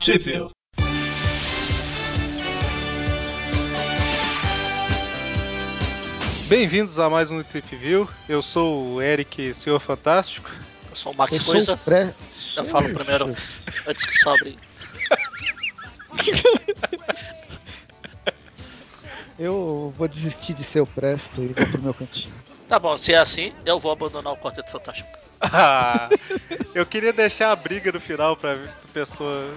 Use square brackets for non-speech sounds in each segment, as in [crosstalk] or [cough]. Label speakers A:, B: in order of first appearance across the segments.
A: Sheffield. Bem-vindos a mais um Trip View. Eu sou o Eric, Senhor Fantástico. [laughs]
B: Eu sou o Mark um Coisa.
C: pré...
B: Eu falo primeiro, antes que sobre.
C: Eu vou desistir de ser o Presto e vou pro meu cantinho.
B: Tá bom, se é assim, eu vou abandonar o Quarteto Fantástico.
A: Ah, eu queria deixar a briga no final pra pra pessoa.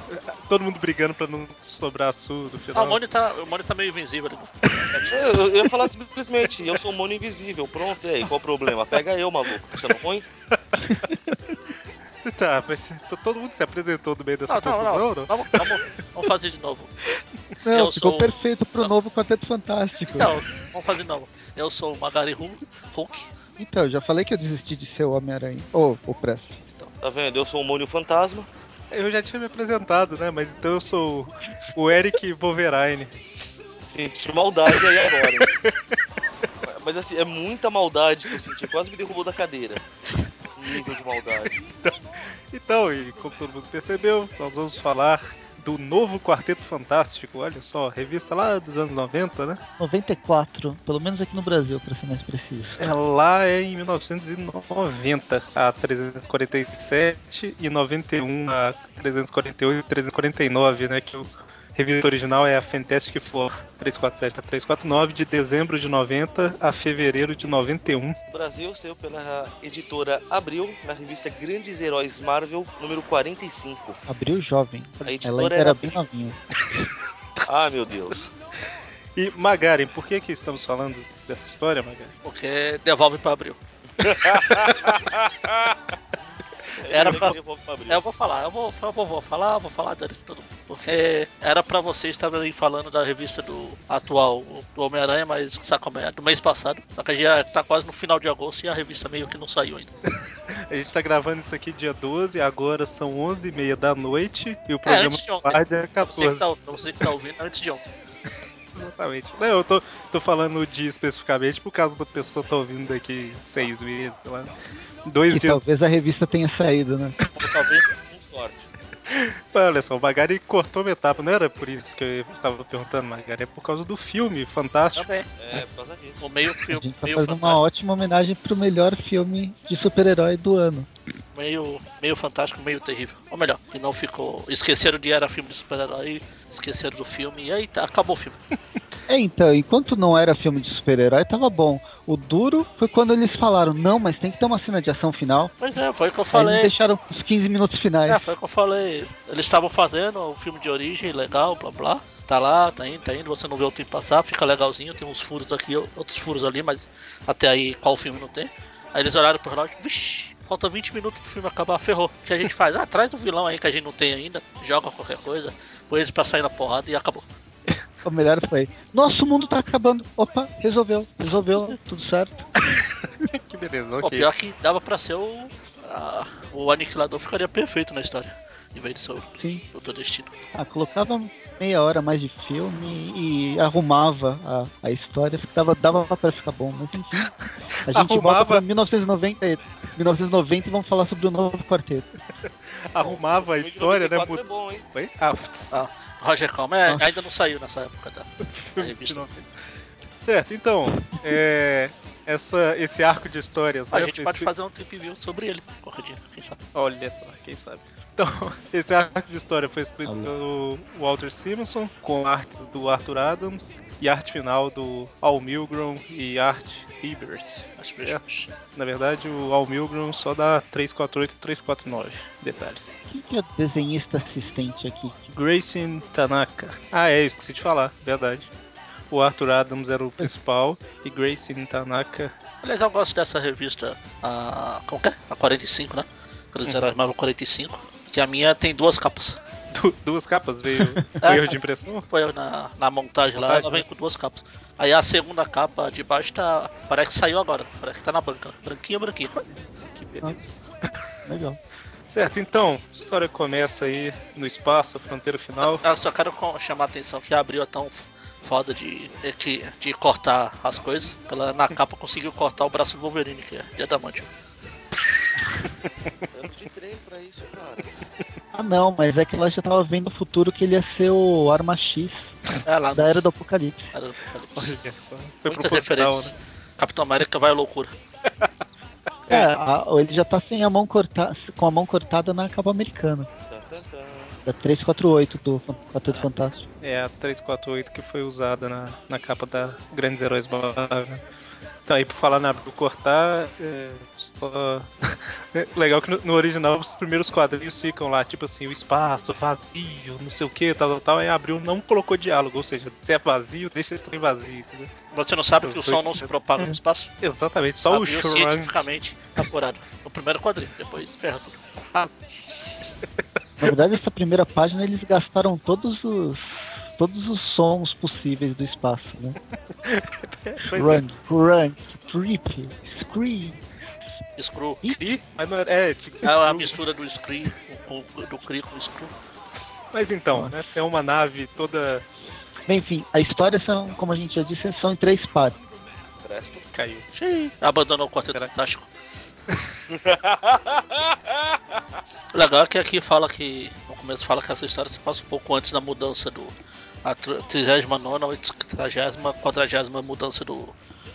A: Todo mundo brigando pra não sobrar sul no
B: Ah,
A: final.
B: o Mônio tá, o Mônio tá meio invisível ali.
D: Eu, eu ia falar simplesmente, eu sou um mono invisível, pronto, e aí, qual o problema? Pega eu, maluco, tá achando ruim?
A: Tá, mas t- todo mundo se apresentou no meio dessa
B: Não, não,
A: confusão,
B: não. Vamos, vamos, vamos fazer de novo.
C: Não,
B: Eu
C: ficou
B: sou-
C: perfeito pro novo Quarteto Fantástico.
B: Então, vamos fazer de novo. Eu sou o Magari Hun- Hulk.
C: Então, eu já falei que eu desisti de ser o Homem-Aranha. Ou o Presto.
D: Tá vendo? Eu sou um mono fantasma.
A: Eu já tinha me apresentado, né? Mas então eu sou o Eric Wolverine.
D: Senti maldade aí agora. Mas assim, é muita maldade que eu senti, quase me derrubou da cadeira. Um Nível de maldade.
A: Então, e como todo mundo percebeu, nós vamos falar do novo Quarteto Fantástico. Olha só, revista lá dos anos 90, né?
C: 94, pelo menos aqui no Brasil, pra ser mais preciso.
A: É, Lá é em 1990 a 347 e 91 a 348 e 349, né? Que o revista original é a Fantastic Four 347 a 349, de dezembro de 90 a fevereiro de 91.
D: O Brasil saiu pela editora Abril, na revista Grandes Heróis Marvel, número 45.
C: Abriu jovem.
D: A
C: Ela ainda
D: editora
C: era
D: era.
C: bem novinha.
D: Ah, meu [laughs] Deus.
A: E Magaren, por que, que estamos falando dessa história, Magaren?
B: Porque devolve pra abril. Era pra- É, Eu vou falar, eu vou, eu vou, vou falar, vou falar dane-se todo mundo. Porque era pra vocês estarem falando da revista do atual do Homem-Aranha, mas sabe como é? Do mês passado. Só que a gente já tá quase no final de agosto e a revista meio que não saiu ainda.
A: A gente tá gravando isso aqui dia 12, agora são 11h30 da noite e o programa
B: antes de ontem.
A: tarde é
B: Pra você, É, que
A: 14. [laughs]
B: tá, pra você que tá ouvindo, antes de ontem.
A: Exatamente. Não, eu tô, tô falando o dia especificamente por causa da pessoa tá ouvindo daqui seis meses, sei lá. Dois
C: E
A: dias.
C: talvez a revista tenha saído, né?
B: Ou talvez.
D: Com sorte.
A: Olha só, o Magari cortou uma etapa. Não era por isso que eu tava perguntando, Magari. É por causa do filme fantástico.
B: Também.
D: É, por causa disso.
B: O meio
C: A
B: filme,
C: gente tá
B: meio
C: fazendo uma
B: fantástico,
C: ótima homenagem pro melhor filme de super-herói do ano.
B: meio, meio fantástico, meio terrível. Ou melhor, que não ficou. Esqueceram de era filme de super-herói, esqueceram do filme, e aí tá, acabou o filme.
C: É, então, enquanto não era filme de super-herói, tava bom. O duro foi quando eles falaram, não, mas tem que ter uma cena de ação final.
B: Pois é, foi o que eu
C: Aí eles
B: falei.
C: deixaram os 15 minutos finais.
B: É, foi o que eu falei. Eles estavam fazendo o filme de origem, legal, blá blá. Tá lá, tá indo, tá indo, você não vê o tempo passar, fica legalzinho, tem uns furos aqui, outros furos ali, mas até aí qual filme não tem. Aí eles olharam pro relógio, vixi, falta 20 minutos pro filme acabar, ferrou. O que a gente faz? Ah, traz o vilão aí que a gente não tem ainda, joga qualquer coisa, põe eles pra sair na porrada e acabou.
C: O melhor foi, nosso mundo tá acabando. Opa, resolveu,
B: [laughs]
C: resolveu, tudo certo.
A: que beleza,
B: Pô,
A: ok.
B: pior que dava pra ser o. a- o aniquilador ficaria perfeito na história, em vez de ser o
C: Sim.
B: outro destino.
C: Ah, colocava meia hora mais de filme e arrumava a, a história, ficava, dava pra ficar bom, mas enfim. A gente volta
A: Arrumava.
C: pra 1990, e- 1990 e vamos falar sobre o novo quarteto.
A: Arrumava a
D: Filme de
A: história, né?
D: 94
A: Mud...
D: É bom, hein?
A: Oi? Ah, putz. [laughs]
B: Ah, Roger Calma é,
C: Nossa.
B: ainda não saiu nessa época da, da revista.
A: Certo, então. é, Essa, esse arco de histórias,
B: A
A: né,
B: gente
A: esse
B: pode fazer um trip view sobre ele, qualquer dia, quem sabe.
A: Olha só, quem sabe. Então, [laughs] esse arco de história foi escrito pelo Walter Simonson, com artes do Arthur Adams e arte final do Al Milgrom e Art Hibbert.
B: Acho que
A: Certo. Na verdade, o Al Milgrom só dá 348 e 349 detalhes.
C: Quem que é o desenhista assistente aqui?
A: Grayson Tanaka. Ah, é, eu esqueci de falar, verdade. O Arthur Adams era o principal e Grayson Tanaka. [laughs]
B: Aliás, eu gosto dessa revista, a. Como que é? A 45, né?
A: Uhum.
B: Eles eram Marvel 45. Que a minha tem duas capas.
A: Du- duas capas veio. Foi erro de impressão?
B: Foi na, na montagem lá,
A: Montagem,
B: ela vem
A: né?
B: com duas capas. Aí a segunda capa de baixo tá. Parece que saiu agora, parece que tá na banca. Branquinha, branquinha.
A: Que beleza.
C: Legal.
A: Certo, então, a história começa aí no espaço, a fronteira final.
B: Eu só quero co- chamar a atenção que abriu é tão f- foda de, é que- de cortar as coisas. Ela na capa conseguiu cortar o braço do Wolverine, que é de adamante.
D: Anos de trem pra isso, cara.
C: Ah não, mas é que ela já tava vendo o futuro que ele ia ser o Arma X
B: É lá,
C: da Era do Apocalipse.
B: Era do Apocalipse.
A: Olha só. Foi
B: Muitas
A: proposital,
B: referências.
A: né?
B: Capitão América vai à loucura.
C: É, a- ele já tá sem a mão cortada, com a mão cortada na capa americana, É
D: Tá, tá, tá.
C: da 348 do Fan- Quarteto Fantástico.
A: É a 348 que foi usada na, na capa da Grandes Heróis Marvel. Então, aí, por falar na do cortar, é, só- [laughs] é legal que no, no original os primeiros quadrinhos ficam lá, tipo assim, o espaço vazio, não sei o que, tal, tal, tal. Aí abriu, não colocou diálogo, ou seja, se é vazio, deixa esse trem vazio. entendeu?
B: Você não sabe que o
A: Dois-
B: som não se propaga no espaço?
A: Exatamente, só Tá o né?
B: Abriu
A: Shrunk.
B: cientificamente apurado. No primeiro quadrinho, depois ferra tudo.
C: Na verdade, essa primeira página eles gastaram todos os todos os sons possíveis do espaço, né?
A: [laughs] Pois é.
C: Run, run, trip, scream.
B: Screw.
A: Ih, mas não era- é, tinha que ser
B: É uma
A: Screw.
B: mistura do Scree com, com- do Cree com o Screw.
A: Mas então, né? É uma nave toda.
C: Bem, enfim, a história são, como a gente já disse, são em três partes.
D: Presto.
A: Caiu.
B: Abandonou o Quarteto
A: Caraca.
B: Fantástico. O legal é que aqui fala que. No começo fala que essa história se passa um pouco antes da mudança do. A 39 ou 30, 40 mudança do,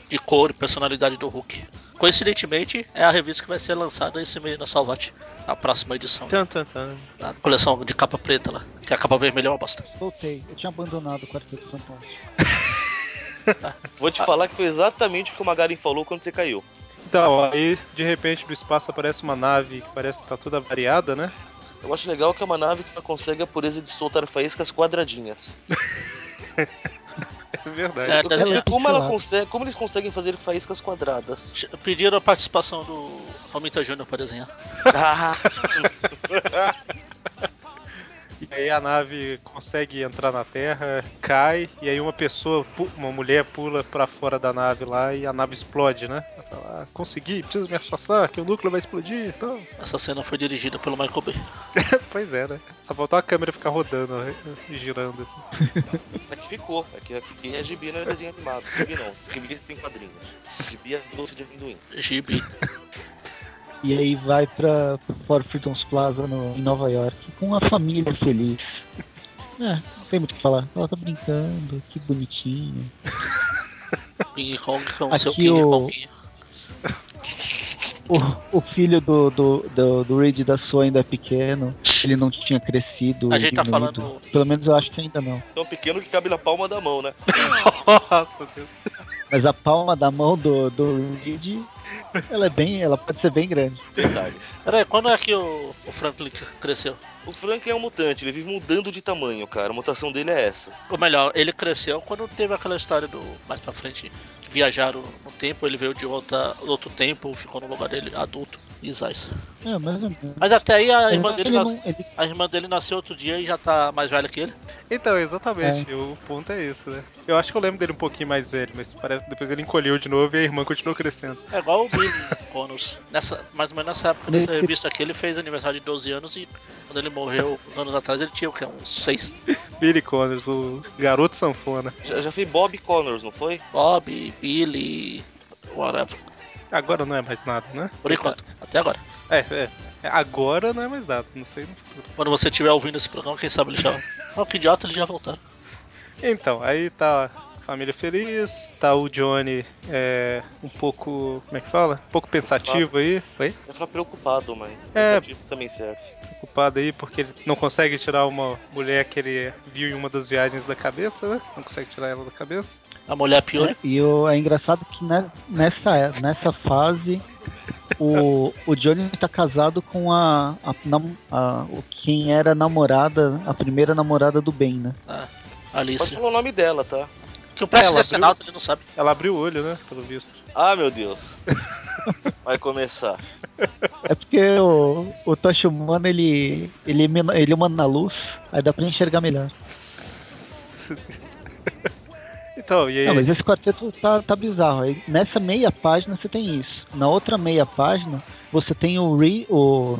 B: de cor e personalidade do Hulk. Coincidentemente, é a revista que vai ser lançada esse mês na Salvat, a próxima edição,
A: Tan, tan, tan.
B: da coleção de capa preta lá, que a capa vermelha é uma bosta.
C: Voltei, eu tinha abandonado o Quarteto Fantástico.
D: Vou
A: Ah.
D: te falar que foi exatamente o que o Magarin falou quando você caiu.
A: Então, aí de repente do espaço aparece uma nave que parece que tá toda variada, né?
D: Eu acho legal que é uma nave que ela consegue a pureza de soltar faíscas quadradinhas.
A: [laughs] É verdade.
B: É,
D: Eu
B: deve
D: quero
B: ser.
D: ver como, ela
C: pixelado.
D: consegue, como eles conseguem fazer faíscas quadradas. [laughs]
B: Pediram a participação do Romita Júnior para desenhar.
A: E aí a nave consegue entrar na Terra, cai, e aí uma pessoa, pu- uma mulher pula pra fora da nave lá e a nave explode, né? Ela fala, ah, consegui, preciso me afastar, que o núcleo vai explodir e tal.
B: Essa cena foi dirigida pelo Michael Bay.
A: [laughs] pois é, né? Só faltou a câmera ficar rodando, né? [laughs] girando assim.
D: aqui É ficou. Aqui, aqui é gibi, não é desenho animado. Gibi não. Gibi tem quadrinhos. Gibi é doce de amendoim.
B: Gibi.
C: E aí vai pra Fort Freedom's Plaza no, em Nova York com a família feliz. [laughs] É, não tem muito o que falar. Ela tá brincando, que bonitinha.
B: King Kong com
C: Aqui
B: seu King
C: o-
B: Kong.
C: O, o filho do, do, do, do Reed da sua ainda é pequeno. Ele não tinha crescido.
B: A gente tá
C: diminuído.
B: falando-
C: Pelo menos eu acho que ainda não.
D: Tão pequeno que cabe na palma da mão, né?
A: [laughs] Nossa, Deus.
C: Mas a palma da mão do, do Reed, ela é bem. Ela pode ser bem grande.
D: Detalhes.
B: Peraí, quando é que o, o Franklin cresceu?
D: O Franklin é um mutante, ele vive mudando de tamanho, cara. A mutação dele é essa.
B: Ou melhor, ele cresceu quando teve aquela história do. Mais pra frente, que viajaram no tempo, ele veio de outra, outro tempo, ficou no lugar dele, adulto, e Isais.
C: É, mais ou menos.
B: Mas até aí a
C: Mas
B: irmã, dele
C: É, ele
B: nas-
C: não- ele-
B: a irmã dele nasceu outro dia e já tá mais velha que ele.
A: Então, exatamente, o ponto é esse, né? Eu acho que eu lembro dele um pouquinho mais velho, mas parece que depois ele encolheu de novo e a irmã continuou crescendo.
B: É igual o
C: [laughs]
B: Billy Connors. Nessa, mais ou menos nessa época dessa
C: Nesse-
B: revista aqui, ele fez aniversário de 12 anos e quando ele morreu, uns anos atrás, ele tinha o quê? Uns 6.
A: Billy Connors, o garoto sanfona.
D: Já, já foi Bob Connors, não foi?
B: Bob, Billy, whatever.
A: Agora não é mais nada, né?
B: Por enquanto, até agora.
A: É, é. É, Agora não é mais nada, não sei no futuro.
B: Quando você estiver ouvindo esse programa, quem sabe ele já. Oh, que idiota, eles já voltaram.
A: Então, aí tá a família feliz, tá o Johnny é, um pouco. Como é que fala? Um pouco pensativo aí. Oi?
D: Eu ia falar preocupado, mas
A: É.
D: pensativo também serve.
A: Preocupado aí porque ele não consegue tirar uma mulher que ele viu em uma das viagens da cabeça, né? Não consegue tirar ela da cabeça.
B: A mulher pior.
C: É, e o, é engraçado que ne- nessa, nessa fase o, o Johnny tá casado com a, a, nam- a- o- quem era a namorada, a primeira namorada do Ben, né?
D: Pode
B: Alice.
D: falar o nome dela, tá?
B: Que o preço
A: Ela
B: desse
A: viu?
B: alto, ele não sabe.
A: Ela abriu o olho, né? Pelo visto. [laughs]
D: Ah, meu Deus. Vai começar.
C: É porque o, o Tocha Humana ele, ele, emana- ele humana na luz, aí dá pra enxergar melhor.
A: Então, e aí?
C: Não, mas esse quarteto tá, tá bizarro. Aí Nessa meia página você tem isso. Na outra meia página você tem o, Re, o,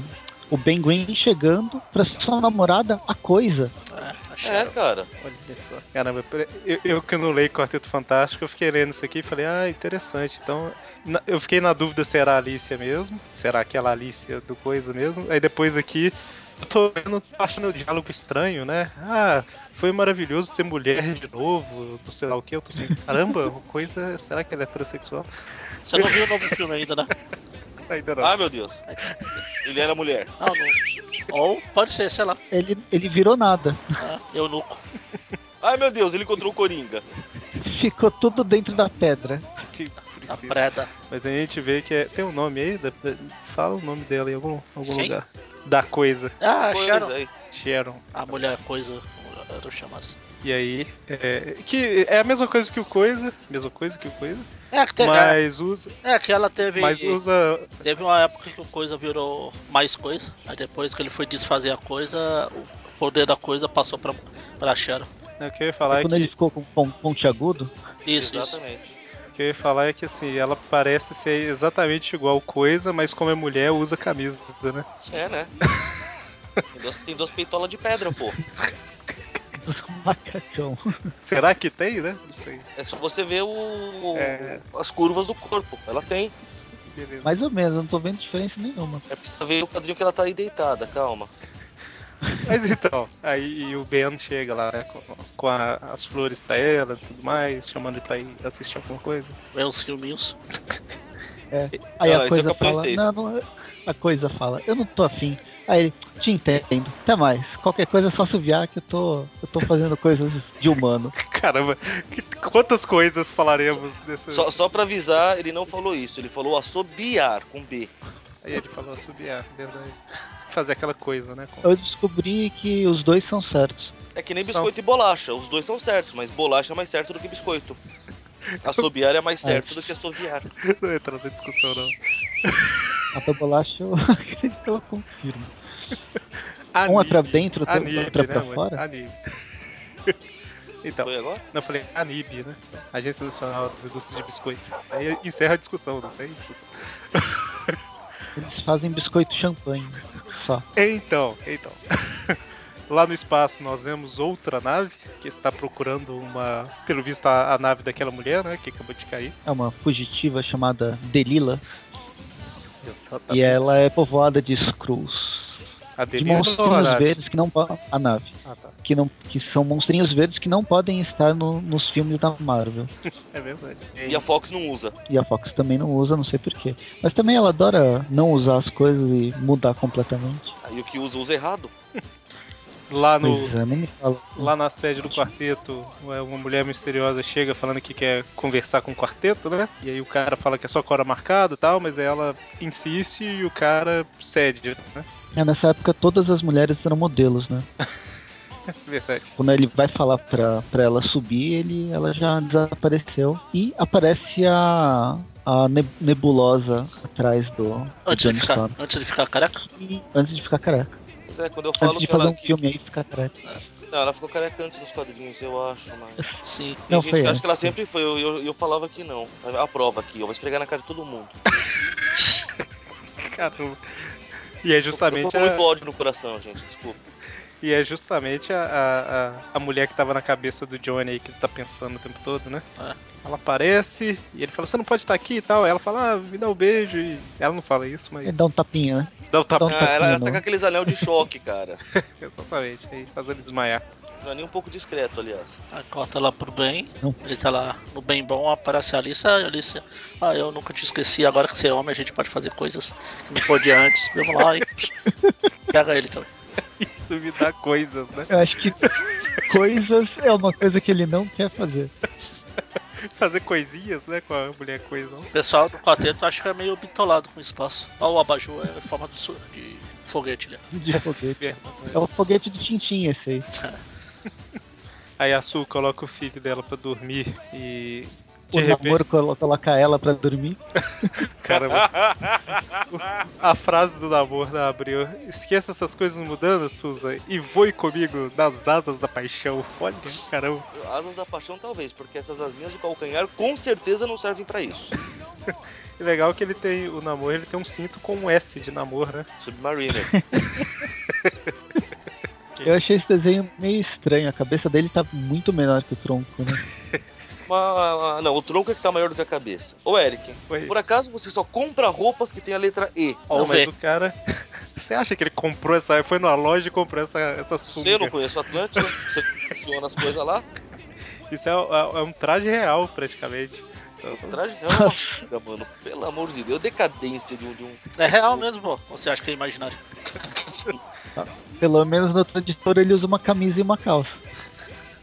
C: o Ben Green chegando pra sua namorada a coisa.
B: [laughs] É,
D: É,
B: Acharam.
D: cara.
A: Olha só. Caramba, pre- eu, eu que não leio Quarteto Fantástico, eu fiquei lendo isso aqui e falei, ah, interessante. Então, na- eu fiquei na dúvida se era a Alicia mesmo, será aquela Alicia do coisa mesmo. Aí depois aqui, eu tô vendo, tô achando o diálogo estranho, né? Ah, foi maravilhoso ser mulher de novo, não sei lá o que. Eu tô [laughs] assim, caramba, o coisa, será que ela é transexual?
B: Você não viu o novo filme ainda, né?
A: [laughs] Ainda não.
D: Ah, meu Deus. Ele era mulher.
B: Não, não. Ou pode ser, sei lá.
C: Ele, ele virou nada.
B: Ah, eunuco.
D: Ai, meu Deus, ele encontrou o Coringa.
C: Ficou tudo dentro da pedra.
A: que
B: A
A: tristeza.
B: preda.
A: Mas a gente vê que é, tem um nome aí, da- fala o nome dela em algum, algum
B: Quem?
A: lugar. Da coisa,
B: Ah,
D: Coisa
B: acharam.
D: aí.
A: Sharon.
B: A mulher coisa. Era chamado assim.
A: E aí, é, que é a mesma coisa que o Coisa, mesma coisa que o Coisa,
B: É, que teve,
A: mas usa,
B: é que ela teve.
A: mas usa
B: Teve uma época que o coisa virou mais coisa. Aí depois que ele foi desfazer a coisa, o poder da coisa passou pra, pra Sharon.
A: né, o que eu ia falar é
C: quando ele
A: que,
C: ficou com um pon- ponte [laughs] agudo.
B: Isso, isso.
D: Exatamente.
A: o que eu ia falar é que assim, ela parece ser exatamente igual o Coisa, mas como é mulher usa camisa, né?
D: É,
A: [laughs]
D: né? Tem duas, tem duas peitolas de pedra, pô.
C: dos Macacão.
A: Será que tem, né? Não sei.
D: É só você ver o,
A: É.
D: as curvas do corpo. Ela tem.
A: Beleza.
C: Mais ou menos, eu não tô vendo diferença nenhuma.
D: É porque você tá vendo o quadrinho que ela tá aí deitada, calma.
A: Mas então, aí o Ben chega lá, né, com, com a- as flores pra ela e tudo mais, chamando ele pra ir assistir alguma coisa. [laughs]
B: Vê uns filminhos.
C: Aí
D: Não,
C: a
D: esse é
C: coisa
D: o Capitão
C: fala.
D: Stacy.
C: Não, não, a coisa fala, eu não tô afim. Aí ele, te entendo, até mais. Qualquer coisa é só assoviar que eu tô. Eu tô fazendo [laughs] coisas de humano.
A: Caramba, que- quantas coisas falaremos nesse.
D: Só, só pra avisar, ele não falou isso. Ele falou assobiar com B.
A: Aí ele falou subir, é verdade. Fazer aquela coisa, né? com-
C: Eu descobri que os dois são certos.
D: É que nem
A: Só-
D: biscoito e bolacha. Os dois são certos, mas bolacha é mais certo do
C: [laughs]
D: que biscoito. Assobiar é mais certo do que assoviar.
A: Não entra na discussão, não.
C: A bolacha eu [laughs] acredito que eu confirmo. Um é pra dentro, outro
A: Anib,
C: outro é pra
A: né,
C: fora.
A: Anib. [laughs] Então,
D: Foi agora?
A: eu falei Anib, né? Agência Nacional das Indústrias de Biscoito. Aí encerra a discussão, não tem discussão.
C: Eles fazem biscoito champanhe. Só.
A: Então, então. [laughs] Lá no espaço nós vemos outra nave que está procurando uma. Pelo visto, a, a nave daquela mulher, né? Que acabou de cair.
C: É uma fugitiva chamada Delila.
A: Exatamente.
C: E ela é povoada de Skrulls.
A: A
C: De
A: Delila ou a
C: monstrinhos
A: nave?
C: verdes que não po- a nave.
A: Ah, tá.
C: Que, não, que são monstrinhos verdes que não podem estar no- nos filmes da Marvel.
A: É verdade.
D: E a Fox não usa.
C: E a Fox também não usa, não sei porquê. Mas também ela adora não usar as coisas e mudar completamente.
D: E o que usa, usa errado.
A: Lá no.
C: Pois é, nem me fala.
A: Lá na sede do quarteto, é, uma mulher misteriosa chega falando que quer conversar com o quarteto, né? E aí o cara fala que é só com hora marcada e tal, mas ela insiste e o cara cede, né?
C: É, nessa época todas as mulheres eram modelos, né?
A: Verdade. [laughs]
C: Quando ele vai falar pra, pra ela subir, ele, ela já desapareceu. E aparece a, a ne- nebulosa atrás do, do
B: Antes de,
C: Johnny
B: ficar,
C: Storm.
B: antes de ficar careca?
C: E antes de ficar careca.
D: Pois é, quando eu falo
C: Antes de
D: que
C: fazer
D: ela.
C: um
D: que-
C: filme aí e ficar careca.
D: Não, ela ficou careca antes nos quadrinhos, eu acho, mas. Tem
B: Sim.
C: Não,
D: gente
C: foi
D: que
C: antes.
D: acha que ela sempre foi, eu, eu, eu falava que não. Tá? A prova aqui, eu vou esfregar na cara de todo mundo.
A: Caramba. E é
D: eu
A: justamente
D: tô com muito
A: a,
D: ódio no coração, gente, desculpa.
A: e é justamente a, a, a- a mulher que tava na cabeça do Johnny aí que ele tá pensando o tempo todo, né?
B: É.
A: Ela aparece e ele fala, você não pode estar aqui e tal. Ela fala, ah, me dá um beijo. E ela não fala isso, mas.
C: Ele dá um tapinha, né?
A: dá um tapa.
C: Não,
D: Ah, ela, ela
C: não.
D: tá com aqueles anel de choque, cara.
A: Exatamente. Aí faz ele desmaiar. [laughs]
D: Não é nem um pouco discreto, aliás.
B: Aí corta lá pro bem.
C: Não.
B: Ele tá lá no bem bom, aparece a Alice. Ah, Alice, ah, eu nunca te esqueci. Agora que você é homem, a gente pode fazer coisas que não podia antes. Vamos lá e [laughs] pss, pega ele também.
A: Isso me dá coisas, né?
C: Eu
D: [laughs]
C: acho que coisas é uma coisa que ele não quer fazer.
A: fazer coisinhas, né, com a mulher coisa.
B: O pessoal do quarteto acho que é meio bitolado com o espaço. Olha o abajur, é em forma de, su- de foguete né? ali.
C: De foguete. É o foguete do Tintin esse aí.
A: Aí a Su coloca o filho dela pra dormir e de
C: O
A: repente,
C: namoro colo- coloca ela pra dormir.
A: caramba, a frase do namor da Abril, esqueça essas coisas mudando, Susan, e voe comigo nas asas da paixão. Olha, caramba.
D: Asas da paixão, talvez, porque essas asinhas do calcanhar com certeza não servem pra isso.
A: E legal que ele tem o namor, ele tem um cinto com um S de namor, né?
D: Submariner.
A: Que
C: Eu achei esse desenho meio estranho. A cabeça dele tá muito menor que o tronco, né?
D: Mas, não, o tronco é que tá maior do que a cabeça. Ô, Eric,
A: Foi.
D: por acaso você só compra roupas que tem a letra E?
A: Ó,
B: Não,
A: mas
B: velho.
A: o cara. [laughs] Você acha que ele comprou essa. Foi na loja e comprou essa, essa
D: Você eu não
A: sunga?
D: conhece o Atlântico, você que funciona as coisas lá.
A: Isso é, é- é um traje real, praticamente. Então,
D: Traje é uma fuga, mano. Pelo amor de Deus, decadência de um. De um...
B: É real mesmo, pô. Você acha que é imaginário?
C: Pelo menos no traditor ele usa uma camisa e uma calça.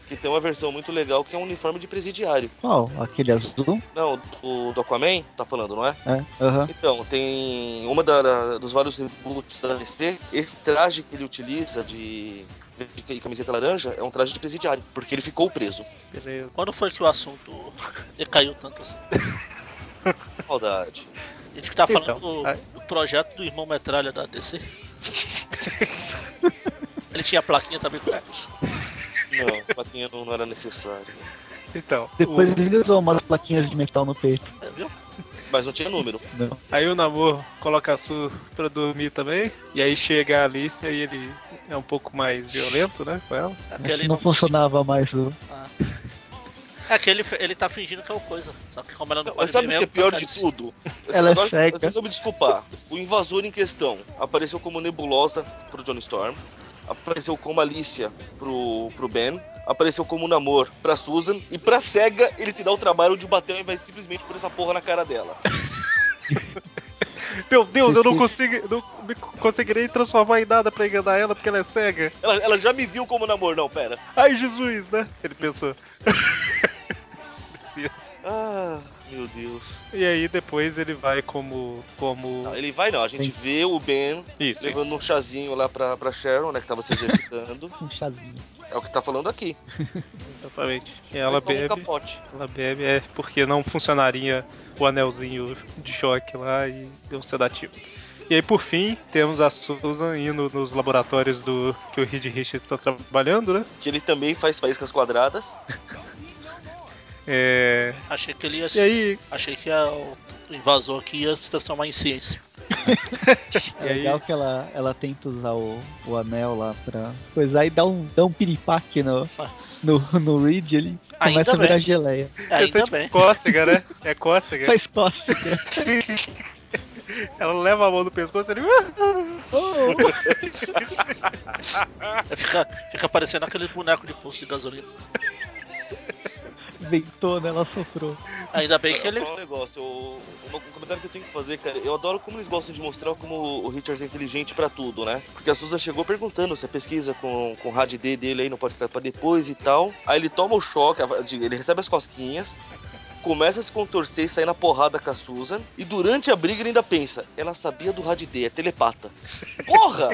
D: Que tem uma versão muito legal que é um uniforme de presidiário.
C: Qual? Aquele azul?
D: Não, do, do Aquaman, tá falando, não é?
C: É, aham.
D: Então, tem uma da- da- dos vários reboots da DC. Esse traje que ele utiliza de verde e camiseta laranja é um traje de presidiário, porque ele ficou preso.
A: beleza.
B: Quando foi que o assunto decaiu tanto assim?
D: Saudade.
B: A gente que tá falando
A: Então,
B: do,
A: a-
B: do projeto do irmão metralha da DC. Ele tinha a plaquinha também com
D: Não, patinha não, não era necessário.
A: Então,
C: Depois
A: o-
C: ele usou umas plaquinhas de metal no peito.
B: é, viu?
D: Mas não tinha número.
C: Não.
A: aí o namoro coloca a Su pra dormir também. E aí chega a Alicia e ele é um pouco mais violento, né? Com ela.
B: Aquele
C: não funcionava mais o.
B: É que ele, fe- ele tá fingindo que é o coisa. Só que como ela não, pode
D: Mas sabe o
B: ver
D: que é
B: mesmo,
D: pior
B: tá
D: de
B: cagando.
D: tudo?
C: Ela é
D: Agora,
C: cega.
D: Vocês vão me desculpar. O invasor em questão apareceu como nebulosa pro Johnny Storm, apareceu como Alicia pro, pro Ben, apareceu como Namor pra Susan, e pra cega ele se dá o trabalho de bater ao invés de simplesmente por essa porra na cara dela.
A: Meu Deus, eu não consigo. Não me conseguirei transformar em nada pra enganar ela porque ela é cega.
D: Ela, ela já me viu como Namor, não, pera.
A: Ai, Jesus, né? Ele [laughs] pensou. Meu Deus.
D: Ah, meu Deus.
A: E aí depois ele vai como. como.
D: Não, ele vai não, a gente vê o Ben
A: Isso,
D: levando
A: isso.
D: um chazinho lá pra, pra Sharon, né, que tava se exercitando.
C: Um chazinho.
D: é o que tá falando aqui.
A: Exatamente. E ela
D: Ele toma um
A: bebe.
D: capote.
A: Ela bebe é porque não funcionaria o anelzinho de choque lá e deu um sedativo. E aí, por fim, temos a Susan indo nos laboratórios do que o Reed Richards está trabalhando, né?
D: Que ele também faz faíscas quadradas.
A: É,
B: Achei que ele ia.
A: E aí,
B: Achei que a- o invasor aqui ia se transformar em ciência.
C: É
A: E aí?
C: legal que ela, ela tenta usar o, o anel lá pra coisar e dá um, dá um piripaque no, no, no Reed ele
B: Ainda
C: começa a virar
B: bem.
C: geleia.
A: essa é
B: Ainda
A: tipo
B: bem.
A: cócega, né? É cócega.
C: Faz cócega.
A: Ela leva a mão no pescoço e ele. "Ah!"
C: Oh,
B: Fica, fica parecendo aquele boneco de posto de gasolina.
C: ventona, né? ela soprou.
B: Ainda bem que ele.
D: Só um negócio, o- o- um comentário que eu tenho que fazer, cara, eu adoro como eles gostam de mostrar como o Richards é inteligente pra tudo, né? Porque a Susan chegou perguntando se a pesquisa com, com o rádio D dele aí não pode ficar pra depois e tal. Aí ele toma o choque, a- de- ele recebe as cosquinhas, começa a se contorcer e sair na porrada com a Susan, e durante a briga ele ainda pensa, ela sabia do rádio D, é telepata. Porra!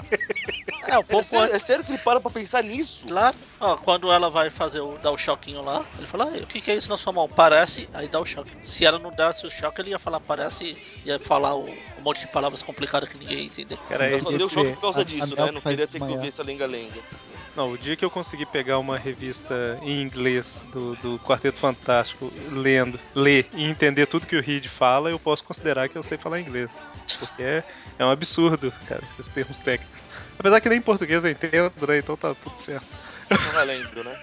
B: É, um
D: é,
B: [laughs] pouco
D: sério,
B: antes.
D: é sério que ele para pra pensar nisso?
B: Claro, ó, quando ela vai fazer o, dar o choquinho lá, ele fala, "Ah, o que, que é isso na sua mão? Parece, aí dá o choque. Se ela não desse o choque, ele ia falar parece, ia falar o- um monte de palavras complicadas que ninguém ia entender.
A: Cara,
D: Eu
A: ele
D: só dei o
C: esse
D: choque por causa
C: a-
D: disso,
C: anel
D: né? Não
C: faz
D: queria ter que
C: desmaiar.
D: ouvir essa lenga-lenga.
A: Não, o dia que eu consegui pegar uma revista em inglês do, do Quarteto Fantástico, lendo, ler e entender tudo que o Reed fala, eu posso considerar que eu sei falar inglês. Porque é, é um absurdo, cara, esses termos técnicos. Apesar que nem em português eu entendo, né? Então tá tudo certo.
D: Não valendo, né?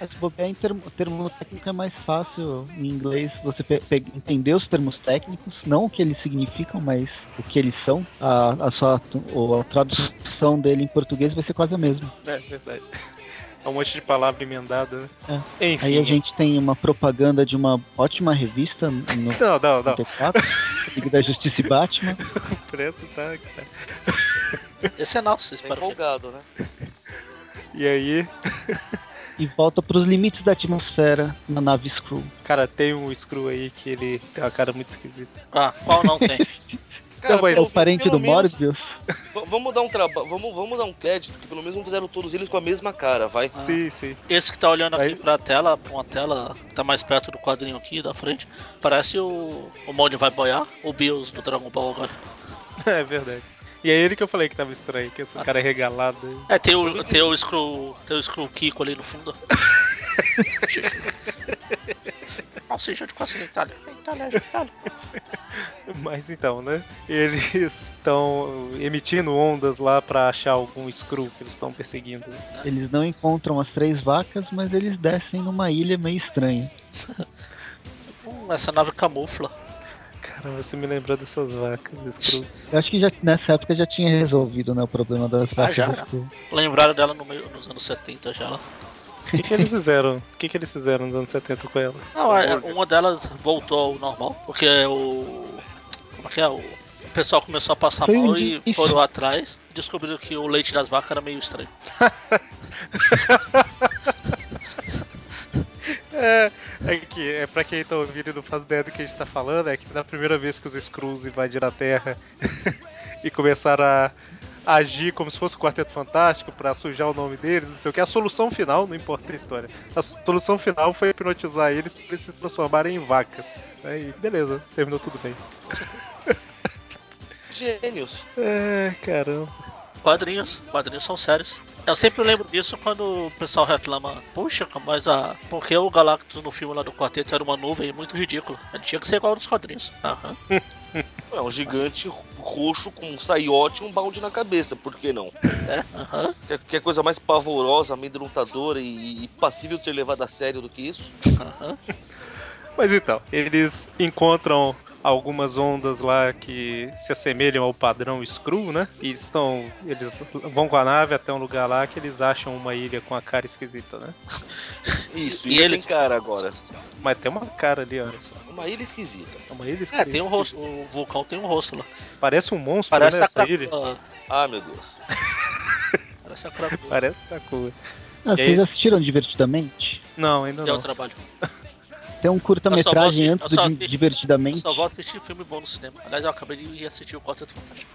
C: Mas se bobear em termo, termo técnico é mais fácil em inglês você pe- pe- entender os termos técnicos, não o que eles significam, mas o que eles são. A, a sua ou a tradução dele em português vai ser quase a mesma.
A: É, verdade. É um monte de palavra emendada, né? Enfim.
C: É. Aí a gente tem uma propaganda de uma ótima revista no
A: Não, não, não.
C: 94, Liga da Justiça e Batman.
A: Pressa tá, cara.
B: Esse é nosso,
D: Tá
B: espero que
D: empolgado, né?
A: E aí,
C: e volta pros limites da atmosfera na nave Skrull.
A: cara, tem um Screw aí que ele tem uma cara muito esquisita.
B: Ah, qual não tem?
C: [laughs]
A: Não, mas-
C: É o
D: pelo-
C: parente
D: pelo
C: do
D: menos-
C: Morbius.
D: V- Vamos dar um trabalho, vamos, vamos dar um crédito, que pelo menos não fizeram todos eles com a mesma cara,
C: Ah.
D: vai.
A: Sim, sim.
B: Esse que tá olhando aqui
A: Aí-
B: pra tela, pra uma tela que tá mais perto do quadrinho aqui da frente, parece o, o Mone vai boiar, o Bills do Dragon Ball agora.
A: [laughs] É verdade. E é ele que eu falei que tava estranho, que esse cara é regalado. aí.
B: É, tem o, tem o Screw, tem o Screw Kiko ali no fundo. é Salsicha de costa da Itália. Itália, Itália.
A: Mas então, né? Eles estão emitindo ondas lá pra achar algum Screw que eles estão perseguindo.
C: Eles não encontram as três vacas, mas eles descem numa ilha meio estranha.
B: Hum, essa nave camufla.
A: Caramba, você me lembrou dessas vacas, Screw.
C: Eu acho que já, nessa época já tinha resolvido né, o problema das vacas.
B: Ah, já,
C: das
B: já.
C: cru-
B: Lembraram dela no meio, nos anos 70 já né? lá.
A: O que, que eles fizeram? O que, que eles fizeram nos anos 70 com elas?
B: Não, é- uma delas voltou ao normal, porque o. Como é que é? O, o pessoal começou a passar
C: Foi um
B: mal
C: dia-
B: e foram atrás e descobriram que o leite das vacas era meio estranho.
A: É, é que é pra quem tá ouvindo e não faz ideia do que a gente tá falando, é que na primeira vez que os Skrulls invadiram a Terra [laughs] e começaram a agir como se fosse o Quarteto Fantástico pra sujar o nome deles, não sei o que, a solução final, não importa a história, a solução final foi hipnotizar eles pra eles se transformarem em vacas. né, E beleza, terminou tudo bem.
D: Gênios.
A: É, caramba.
B: Quadrinhos, quadrinhos são sérios. Eu sempre lembro disso quando o pessoal reclama, puxa, mas a. Porque o Galactus no filme lá do quarteto era uma nuvem muito ridícula. Ele tinha que ser igual nos quadrinhos. Aham.
D: É um gigante roxo com um saiote e um balde na cabeça, por que não?
B: É, aham.
D: Quer, quer coisa mais pavorosa, amedrontadora e, e passível de ser levada a sério do que isso?
B: aham.
A: Mas então, eles encontram algumas ondas lá que se assemelham ao padrão Screw, né? E estão. Eles vão com a nave até um lugar lá que eles acham uma ilha com a cara esquisita, né?
D: Isso,
B: E
D: e, ele
B: eles-
D: tem cara agora.
A: Mas tem uma cara ali, olha só.
D: Uma ilha esquisita.
A: É uma ilha esquisita.
B: É, tem um rosto. O vulcão tem um rosto lá.
A: Parece um monstro,
B: Parece
A: né?
B: a
A: Essa ilha.
B: Krakoa.
D: Ah, meu Deus.
B: Parece a Krakoa.
A: Parece Krakoa. E
C: Ah,
A: aí-
C: vocês assistiram Divertidamente?
A: Não, ainda
B: Deu
A: não.
B: é trabalho.
C: Tem um
B: Eu
C: curta-metragem
B: só vou assistir- eu
C: antes
B: só
C: do Di-
B: assisti- Eu
C: Divertidamente.
B: só vou assistir filme bom no cinema. Aliás, eu acabei de assistir o Quarteto Fantástico.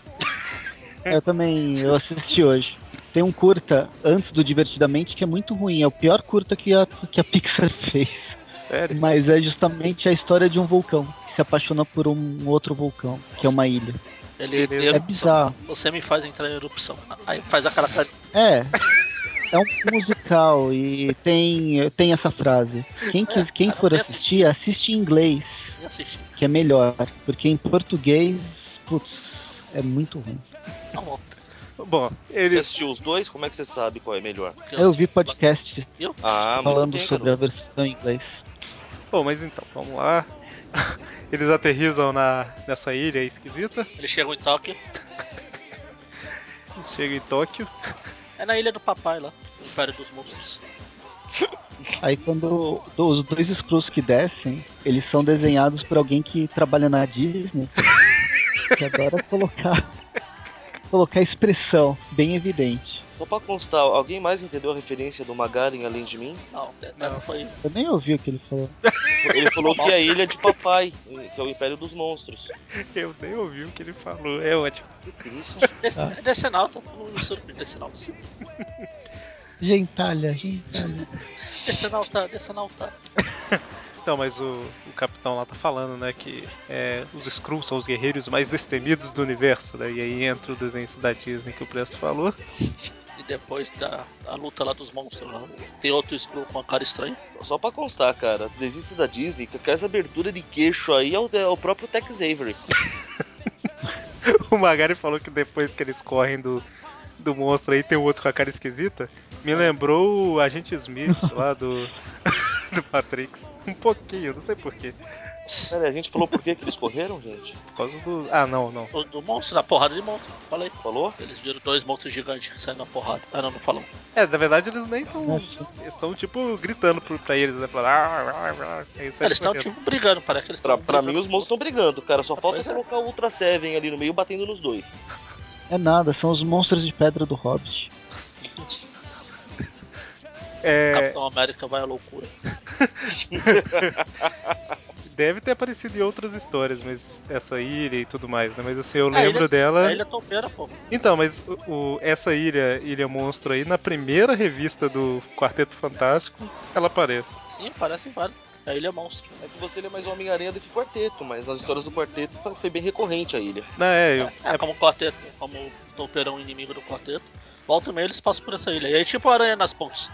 C: Eu também, eu assisti hoje. Tem um curta antes do Divertidamente que é muito ruim, é o pior curta que a, que a Pixar [laughs] fez.
A: Sério?
C: Mas é justamente a história de um vulcão que se apaixona por um outro vulcão, que é uma ilha.
B: Ele,
A: Beleza.
B: ele-
C: É bizarro.
B: Você me faz entrar em erupção. Aí faz aquela cara.
C: É. É um musical e tem, tem essa frase. Quem, quis-
B: É,
C: quem
B: cara,
C: for
B: eu
C: assistir, assiste em inglês,
B: de assistir.
C: que é melhor. Porque em português, putz, é muito ruim.
B: Tá bom.
A: Bom,
D: Você
A: eles.
D: assistiu os dois? Como é que você sabe qual é melhor?
B: Porque assim,
C: Eu vi
B: sei-
C: podcast
D: Ah,
C: falando
D: muito bem,
C: sobre a
D: garoto.
C: versão em inglês.
A: Bom, mas então, vamos lá. [laughs] Eles aterrizam na, nessa ilha esquisita.
B: Ele chegou em Tóquio.
A: Eles chegam em Tóquio. [laughs]
B: É na ilha do papai lá. no Império dos Monstros.
C: Aí quando do- os dois Skrulls que descem, eles são desenhados por alguém que trabalha na Disney, que adora colocar colocar expressão bem evidente.
D: Só pra constar, alguém mais entendeu a referência do Magaren além de mim?
B: Não, é, essa foi.
C: Eu nem ouvi o que ele falou.
D: Ele falou que é a ilha de papai, que é o Império dos Monstros.
A: Eu nem ouvi o que ele falou. É ótimo.
D: Que triste.
B: Desse,
C: Ah.
B: é Decenalta. Não me misturo com Decenalta.
C: Gentalha, gentalha.
B: Decenalta, Decenalta.
A: Então, mas o, o capitão lá tá falando, né, que é, os Skrulls são os guerreiros mais destemidos do universo, né? E aí entra o desenho da Disney que o Presto falou. [laughs]
B: E depois da, da luta lá dos monstros lá. Tem outro Skrull com a cara estranha.
D: Só- Só pra constar, cara, desista da Disney, que com essa abertura de queixo aí é o, é o próprio Tex Avery.
A: O Magari falou que depois que eles correm do, do monstro aí tem o outro com a cara esquisita. Me lembrou o Agente Smith lá do, [laughs] do Matrix. Um pouquinho, não sei porquê.
D: Pera, a gente falou por que, que eles correram, gente?
A: Por causa do. Ah, não, não.
B: O do monstro, da porrada de monstro. Falei.
D: Falou?
B: Eles viram dois monstros gigantes saindo na porrada. Ah, não, não falam.
A: É, na verdade eles nem estão.
C: Nossa.
A: Eles estão, tipo, gritando pro- pra eles, né? Falando. "Ah, ah, ah", aí sai
B: Eles estão
A: correndo.
B: tipo brigando, parece que eles
D: Pra,
B: tão
D: pra mim,
B: brigando.
D: os monstros estão brigando, cara. Só falta
B: Pois é.
D: colocar o Ultra Seven ali no meio batendo nos dois.
C: É nada, são os monstros de pedra do Hobbit.
A: É,
B: Capitão América vai à loucura.
A: Deve ter aparecido em outras histórias, mas essa ilha e tudo mais, né? Mas assim, eu
B: É, a
A: lembro
B: ilha-
A: dela.
B: A ilha topeira, pô.
A: Então, mas o- o- essa ilha, Ilha Monstro aí, na primeira revista do Quarteto Fantástico, ela aparece.
B: Sim, parecem vários. A ilha é monstro.
D: É que você lê mais Homem-Aranha do que Quarteto, mas nas histórias do Quarteto fa- foi bem recorrente a ilha.
A: Não, é, eu-
B: É, como o quarteto, como o topeirão inimigo do quarteto. Volta e meia eles passam por
A: [laughs]
B: essa ilha. E aí tipo aranha nas pontes.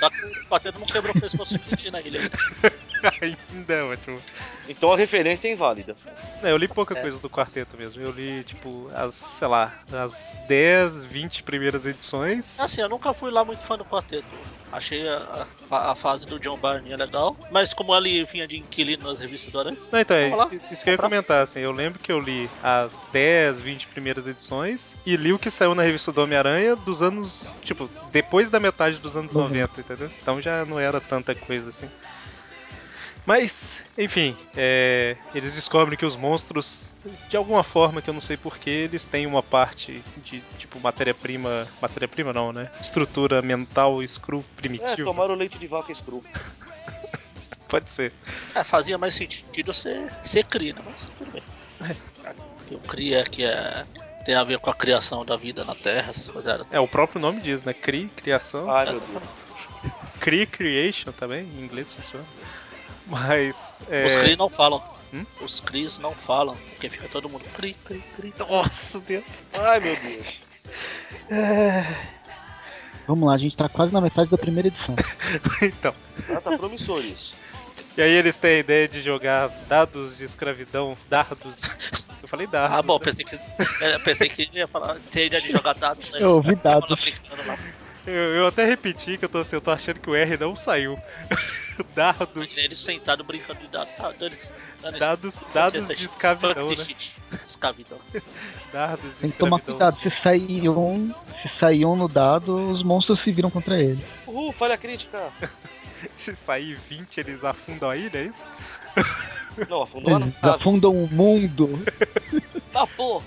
B: Só que o quarteto não quebrou o pescoço de ninguém na ilha.
A: [laughs] Ainda é ótimo.
D: Então a referência é inválida.
A: É, eu li pouca coisa do quarteto mesmo. Eu li, tipo, as, sei lá, as 10, 20 primeiras edições.
B: Assim, eu nunca fui lá muito fã do quarteto. Achei a, a, a fase do John Barney legal, mas como ele vinha de inquilino nas revistas do Aranha,
A: Não, então, é
B: Vamos
A: isso, que- isso que eu ia comentar, assim, eu lembro que eu li as 10, 20 primeiras edições e li o que saiu na revista do Homem-Aranha dos anos, tipo, depois da metade dos anos
C: Uhum.
A: 90, entendeu? Então já não era tanta coisa assim. Mas, enfim, é, eles descobrem que os monstros, de alguma forma que eu não sei porquê, eles têm uma parte de, tipo, matéria-prima. Matéria-prima não, né? Estrutura mental screw
D: É,
A: primitiva.
D: tomaram leite de vaca escuro.
A: Pode ser.
B: é, fazia mais sentido ser, ser cria, né? Mas tudo bem. O cria que é, tem a ver com a criação da vida na Terra, essas coisas.
A: É, o próprio nome diz, né? Cri, criação.
D: Ai, meu
B: Essa-
D: Deus.
A: Cree Creation também, em inglês funciona. Mas.
B: Os
A: É...
B: Cris não falam.
A: Hum?
B: Os Cris não falam, porque fica todo mundo Cri, Cri, Cri.
A: Nossa Deus!
D: Ai, meu Deus.
C: Vamos lá, a gente tá quase na metade da primeira edição.
A: [laughs] então.
D: Ah, tá promissor isso.
A: E aí eles têm a ideia de jogar dados de escravidão, dardos. Eu falei dardos.
B: Ah, bom,
A: né?
B: pensei que, é, pensei que ia falar, ter ideia de jogar dados. né?
C: Eu ouvi
B: Tava
C: dados.
B: brincando lá,
A: eu, eu até repeti que eu tô assim, eu tô achando que o R não saiu. [laughs] dardos,
B: Imaginei eles sentados brincando de dados. Ah, dane-se, dane-se.
A: dados, dados de escravidão,
B: Fuck
A: né?
B: this shit. Escravidão.
A: Dardos de
C: Tem que tomar
A: escravidão.
C: cuidado. Se sair um, se sair um no dado, os monstros se viram contra ele.
D: Uhul, falha crítica.
A: Se sair 20, eles afundam a ilha, é isso?
D: Não, afundou na
C: Eles afundam o mundo.
D: Ah, pô.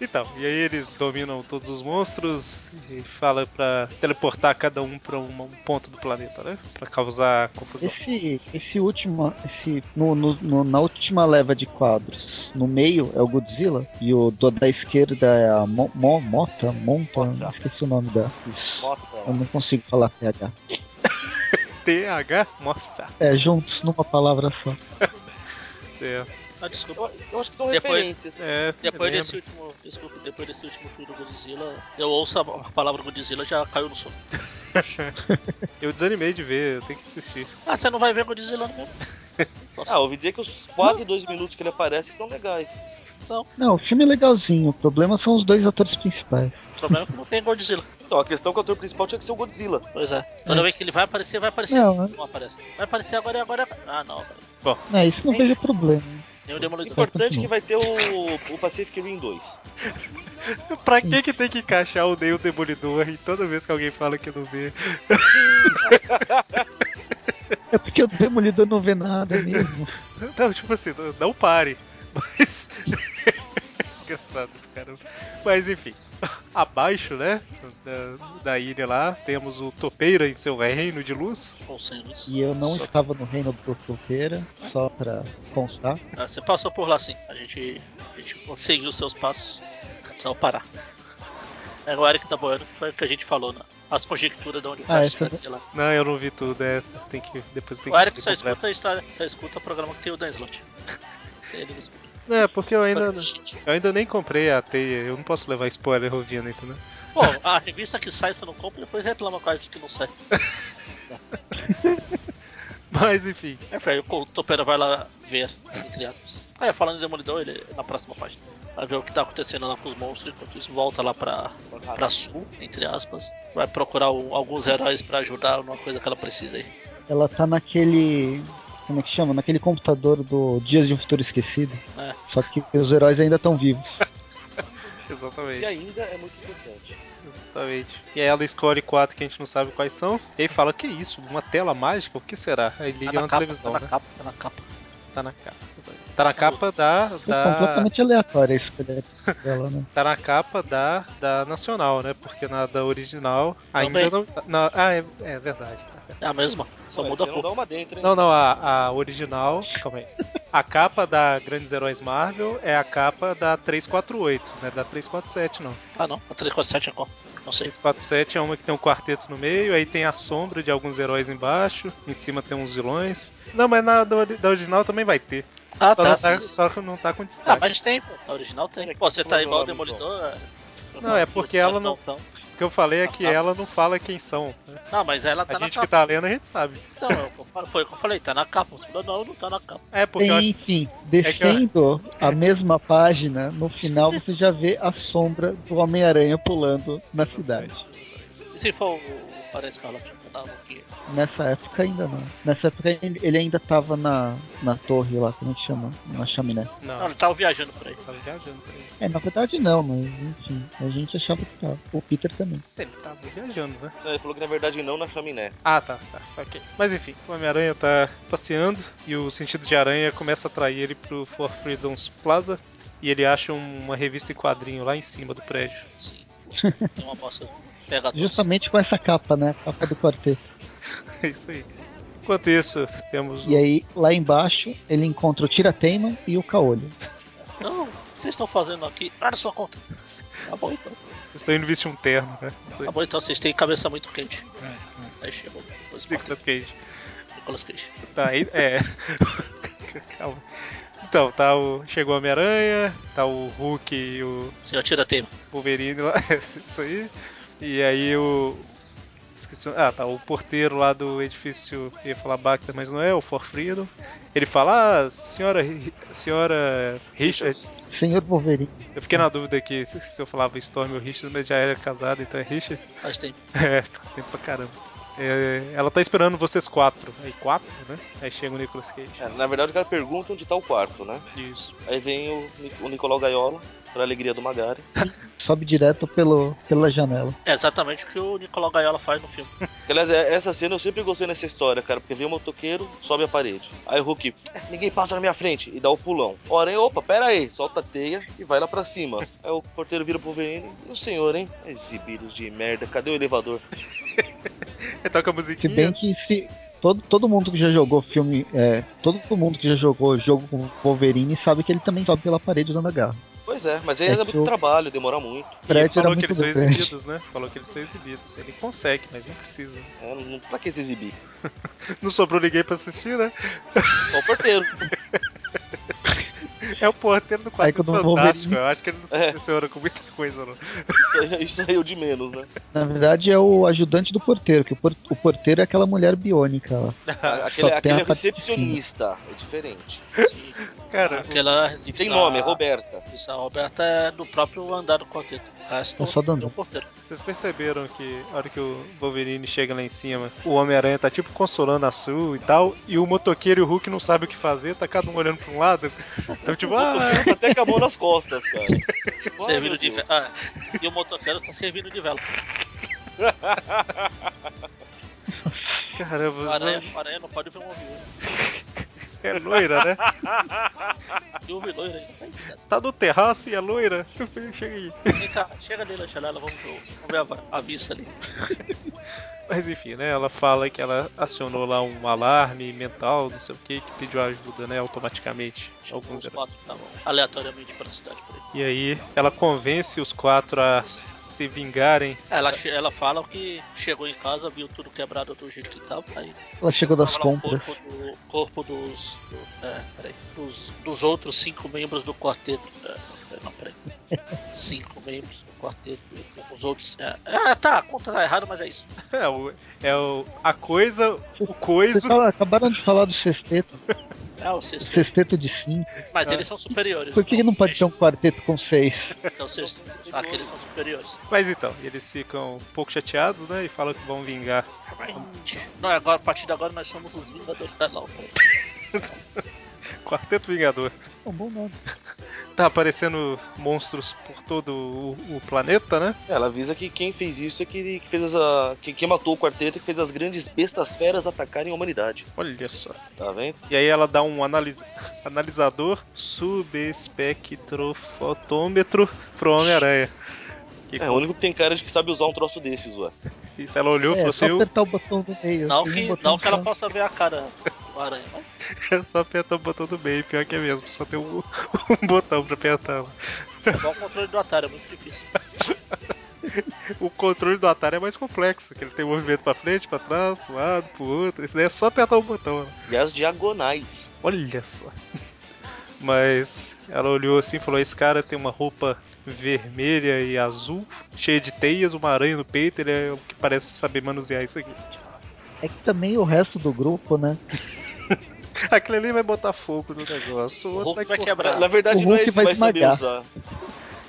A: Então, e aí eles dominam todos os monstros e fala pra teleportar cada um pra um, um ponto do planeta, né? Pra causar confusão.
C: Esse, esse último, esse no, no- no- na última leva de quadros, no meio é o Godzilla e o do da esquerda é a Mo, Mo- Mota, Monta,
D: Mota.
C: esqueci o nome da. Isso.
D: Nossa,
C: Eu não consigo falar PH.
A: TH? Nossa,
C: É, juntos numa palavra só.
A: certo.
B: Ah, desculpa.
D: eu, eu acho que são
B: Depois-
D: referências.
A: É,
B: Depois desse
A: lembro.
B: último, desculpa, depois desse último filme do Godzilla, eu ouço a palavra Godzilla já caiu no sono.
A: Eu desanimei de ver, eu tenho que assistir.
B: Ah, você não vai ver Godzilla no mesmo?
D: Ah, ouvi dizer que os quase dois minutos que ele aparece são legais.
C: Não, o filme é legalzinho. O problema são os dois atores principais.
B: O problema é que não tem Godzilla.
D: Então, a questão que o ator principal tinha que ser o Godzilla.
B: Pois é. Toda vez que ele vai aparecer, vai aparecer.
C: Não, né?
B: não aparece. Vai aparecer agora e agora. Ah, não. velho.
C: É, isso não
D: Enfim.
C: vejo problema.
B: Nem o Demolidor.
D: Importante que vai ter o, o Pacific Rim 2.
A: Pra que que tem que encaixar o Neo Demolidor e toda vez que alguém fala que não vê?
C: É porque o Demolidor não vê nada mesmo.
A: Não, tipo assim, não- não pare. [laughs] Mas. Engraçado, caramba. Mas enfim. Abaixo, né? Da, da ilha lá, temos o Topeira em seu reino de luz.
B: Ou sem luz.
C: E eu não
B: Só-
C: estava no reino do Topeira, só pra constar.
B: Ah, Você passou por lá sim. A gente, a gente seguiu os seus passos. Não parar. É o Eric tá boiando, foi o que a gente falou, né? As conjecturas de onde o
C: Ah,
B: cara
C: essa-
B: chegaria lá.
A: Não, eu não vi tudo, é. Tem que. Depois tem
B: O
A: que
B: Eric só
A: ver completo.
B: escuta a história, só escuta o programa que tem o Dan Slott. [laughs] Ele não escuta.
A: É, porque eu ainda,
B: Fuck shit.
A: eu ainda nem comprei a teia, eu não posso levar spoiler ouvindo, entendeu? [laughs]
B: Bom, a revista que sai você não compra e depois reclama com a que não sai.
A: Mas enfim,
B: É, velho, o Topera vai lá ver, entre aspas. Ah, é, falando em Demolidor, ele na próxima página. Vai ver o que tá acontecendo lá com os monstros, enquanto isso volta lá pra, pra sul, entre aspas. Vai procurar o- alguns heróis pra ajudar numa coisa que ela precisa aí.
C: Ela tá naquele. Como é que chama? Naquele computador do Dias de um Futuro Esquecido.
B: É.
C: Só que os heróis ainda estão
A: [laughs]
C: vivos.
A: exatamente.
D: Se ainda é muito importante.
A: Exatamente. E aí ela escolhe quatro que a gente não sabe quais são. E aí fala, que isso? Uma tela mágica? O que será? Aí liga na, televisão,
B: tá
A: né?
B: na capa, tá na capa.
A: Tá na capa. exatamente. Tá na capa da.
C: Foi
A: da
C: completamente aleatória a escolha dela, né?
A: tá na capa da, da nacional, né? Porque na da original ainda
B: Também.
A: não. na- ah, é, é verdade, tá certo.
B: É a mesma, só
D: Ué,
B: muda a
D: você não
B: cor.
D: dá uma dentro, hein?
A: Não, não, a, a original. Calma aí. A capa da Grandes Heróis Marvel é a capa da 348, não é da 347, não.
B: Ah não, a 347 é qual? Não sei.
A: 347 é uma que tem um quarteto no meio, aí tem a sombra de alguns heróis embaixo, em cima tem uns vilões. Não, mas na da, ori- da original também vai ter.
B: Ah,
A: só,
B: tá,
A: não
B: sim, sim.
A: só que não tá com
B: Ah,
A: destaque.
B: mas tem, pô. A original tem.
D: Peraí,
B: Pô, você
D: que
B: tá
D: foi
B: igual o
D: meu nome,
B: Demolidor. é.
A: Não, é porque ela não-
B: Então,
A: que eu falei é que ela não fala quem são. né?
B: Não, mas ela tá
A: A
B: na
A: gente
B: capa.
A: que tá lendo, a gente sabe.
B: Então, é o que eu falo- foi o que eu falei, tá na capa. Você falou, não, não tá na capa.
A: É, porque eu acho
C: Enfim,
A: que eu- [laughs]
C: descendo a mesma página, no final você já vê a sombra do Homem-Aranha pulando na cidade.
B: E se for o Parece Cala que tá no que?
C: Nessa época ainda não. Nessa época ele ele ainda tava na, na torre lá, como é que chama? Na chaminé.
B: Não,
A: Não,
B: ele tava viajando por aí.
A: tá viajando. por aí.
C: É, na verdade não, mas enfim, a gente achava que tava. O Peter também.
A: Ele tá viajando, né?
D: Ele falou que na verdade não na chaminé.
A: Ah, tá, tá, ok. Mas enfim, o Homem-Aranha tá passeando e o sentido de aranha começa a atrair ele pro For Freedom's Plaza e ele acha um- uma revista em quadrinho lá em cima do prédio. [laughs]
B: Sim, foi. Tem uma bosta pega doce.
C: Justamente com essa capa, né? A capa do quarteto.
A: É isso aí. Enquanto isso, temos um,
C: E aí, lá embaixo, ele encontra o Tirateima e o Caolho.
B: Não, o que vocês estão fazendo aqui? Para sua conta. Tá bom então.
A: Vocês estão indo vestir um terno, né? Isso aí.
B: Tá bom então, vocês têm cabeça muito quente.
C: É,
B: Aí chegou. Os
A: Nicolas Cage.
B: Nicolas Cage.
A: Tá, aí, é. [laughs] Calma. Então, tá o. Chegou o Homem-Aranha, tá o Hulk e o
B: Senhor tira tempo.
A: Wolverine lá. [laughs] Isso aí. E aí o. Esqueci, o- ah, tá. O porteiro lá do edifício eu ia falar Bacta, mas não é, o For Freedom. Ele fala, ah, senhora. Ri- Senhora Richards.
C: Senhor Wolverine.
A: Eu fiquei na dúvida aqui se se eu falava Storm ou Richards, mas já era casado, então é Richards. [laughs]
B: Faz tempo.
A: É, faz tempo pra caramba. É, ela tá esperando vocês quatro. Aí quatro, né? Aí chega o Nicolas Cage.
D: É, na verdade, o cara pergunta onde tá o quarto, né?
A: Isso.
D: Aí vem o, Ni- o Nicolau Gaiola, pra alegria do Magari.
C: Sobe direto pelo, pela janela.
B: É exatamente o que o Nicolau Gaiola faz no filme.
D: Aliás, é- essa cena eu sempre gostei nessa história, cara, porque vem o motoqueiro, sobe a parede. Aí o Hulk, "É, ninguém passa na minha frente, e dá o pulão. O aranha, opa, pera aí, solta a teia e vai lá pra cima. Aí o porteiro vira pro VN, e o senhor, hein? Exibidos de merda, cadê o elevador?
A: Ele toca a
C: Se
A: musiquinha.
C: bem que se. Todo, todo mundo que já jogou filme. É, todo mundo que já jogou jogo com Wolverine sabe que ele também sobe pela parede dando a garra.
D: Pois é, mas aí
C: É
D: é,
C: que
D: muito
C: o-
D: trabalho, demora muito.
C: O
D: né?
A: E ele
C: prédio era
A: falou que
C: muito
A: eles são
C: grande.
A: exibidos, né? Falou que eles são exibidos. Ele consegue, mas não precisa.
D: É, não, pra que se exibir?
A: Não sobrou ninguém pra assistir, né?
D: Só o porteiro.
A: É o porteiro do quarto
C: quando o
A: fantástico.
C: Wolverine-
A: Eu acho que ele não se
D: É.
A: impressiona com muita coisa, não.
D: Isso aí, isso aí é o de
C: [laughs]
D: menos, né?
C: Na verdade é o ajudante do porteiro, que o, por- o porteiro é aquela mulher biônica lá.
D: Aquele,
C: tem a
D: aquele
C: parte de
D: é
C: cima.
D: recepcionista, é diferente.
B: Sim.
A: Ah, Cara,
B: Aquela
D: E
B: recepção-
D: tem nome, é Roberta.
B: recepção Roberta é do próprio andar do quarteto. O resto
C: É só do andar.
B: o porteiro.
A: vocês perceberam que na hora que o Wolverine chega lá em cima, o Homem-Aranha tá tipo consolando a Sue e tal, e o motoqueiro e o Hulk não sabem o que fazer, tá cada um olhando pra um lado. Então, tipo, ah,
D: Até com a mão nas costas, cara.
B: [laughs]
D: Ai,
B: Servindo
D: meu
B: de
D: Deus.
B: vela. Ah, e o motoqueiro tá servindo de vela. O
A: caramba,
B: aranha,
D: é.
B: o aranha não pode ver uma viúva.
A: é loira, né?
B: Viúva e loira ainda. Vem, cara.
A: Tá no terraço e é loira? [laughs] Chega aí.
B: Vem cá, chega ali na janela, vamos ver, o- vamos ver a, va- a vista ali.
A: Mas enfim, né? Ela fala que ela acionou lá um alarme mental, não sei o que, que pediu ajuda, né? Automaticamente.
B: Chegou
A: Alguns
B: os
A: heróis.
B: quatro que estavam aleatoriamente para a cidade por aí.
A: E aí ela convence os quatro a se vingarem. [laughs]
B: Ela, che- ela fala que chegou em casa, viu tudo quebrado do jeito que tava. Aí
C: Ela chegou das
A: um
B: tava lá o
C: compras.
B: corpo, do, corpo dos. dos é, peraí. Dos, dos outros cinco membros do quarteto. É, não, peraí. Cinco membros do quarteto. Os outros. É, ah, tá, a conta tá errada, mas é isso.
A: É o, é o a coisa, o
C: Vocês
A: coiso.
C: fala- acabaram de falar do sexteto,
B: É o sexto.
C: sexteto de cinco.
B: Mas eles são superiores.
C: é. Por que, que não pode ter
B: são?
C: um quarteto com seis?
B: Porque o sexto. Aqueles são superiores.
A: Mas então, eles ficam um pouco chateados, né? E falam que vão vingar. [laughs]
B: Não, agora, a partir de agora nós somos os Vingadores. Ah, não, peraí.
A: Quarteto Vingador.
C: É um bom nome.
A: Tá aparecendo monstros por todo o- o planeta, né?
D: É, Ela avisa que quem fez isso é que, que fez essa. Que, quem matou o quarteto e que fez as grandes bestas feras atacarem a humanidade.
A: Olha só.
D: Tá vendo?
A: E aí ela dá um analis- analisador subespectrofotômetro pro Homem-Aranha. Que
D: É, o único que tem cara de que sabe usar um troço desses, ué.
A: Isso, ela olhou e
C: É,
A: falou
C: só
A: assim, eu
C: apertar o botão do meio.
B: Não
C: tem um
B: que,
C: botão
B: não que ela
C: só.
B: possa ver a cara do aranha, mas
A: eu [laughs] só apertar o botão do meio, pior que é mesmo, só tem um, [laughs] um botão pra apertar.
B: é igual o controle do Atari, é muito difícil.
A: O controle do Atari é mais complexo, que ele tem movimento pra frente, pra trás, pro lado, pro outro. Isso daí é só apertar o botão. né?
D: E as diagonais.
A: Olha só. [laughs] Mas ela olhou assim e falou: Esse cara tem uma roupa vermelha e azul, cheia de teias, uma aranha no peito, ele é o que parece saber manusear isso aqui. [laughs]
C: É que também o resto do grupo, né?
A: Aquele ali vai botar fogo no negócio, o
B: O
A: outro vai
B: Hulk vai
A: quebrar.
B: quebrar.
D: Na verdade,
C: O
D: não é
C: Hulk
D: esse que
C: vai
D: vai saber
C: esmagar.
D: usar.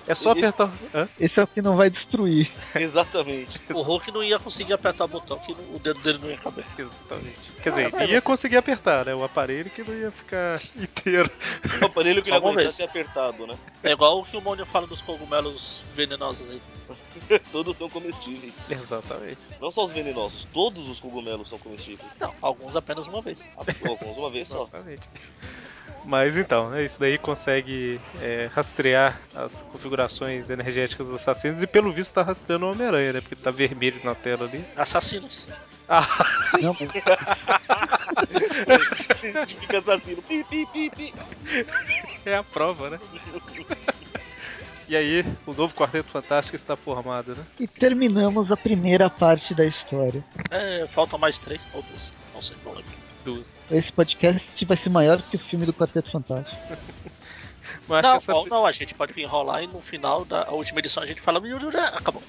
A: É só
D: Esse-
A: apertar. Hã?
C: Esse é o que não vai
D: [laughs]
C: destruir.
D: [laughs] Exatamente.
B: O Hulk não ia conseguir apertar o botão, que não- o dedo dele não ia caber.
A: Exatamente. Quer dizer,
B: vai,
A: ia
B: você-
A: conseguir apertar, né? O aparelho que não ia ficar [laughs] inteiro.
D: O aparelho que
B: Só
D: ele
B: uma
D: aguentar
B: vez.
D: ser apertado, né? [laughs]
B: É igual o que o Mônio fala dos cogumelos venenosos aí.
D: Todos são comestíveis.
A: Exatamente.
D: Não só os venenosos, todos os cogumelos são comestíveis. Ah,
B: Não, alguns apenas uma vez.
D: Alguns uma vez [laughs] só.
A: Exatamente. Mas então, né, isso daí consegue é, rastrear as configurações energéticas dos assassinos e pelo visto tá rastreando o Homem-Aranha, né? Porque tá vermelho na tela ali.
B: Assassinos.
A: Ah,
C: Não, mas
D: Fica assassino. Pi, pi, pi, pi.
A: é a prova, né? [laughs] E aí, o novo Quarteto Fantástico está formado, né?
C: e terminamos a primeira parte da história.
B: É, faltam mais três ou duas. Não sei, não lembro.
A: Dos.
C: Esse podcast vai ser maior que o filme do Quarteto Fantástico.
A: Mas
B: não,
A: acho que
B: não,
A: essa.
B: não, a gente pode enrolar e no final da a última edição a gente fala. Acabou.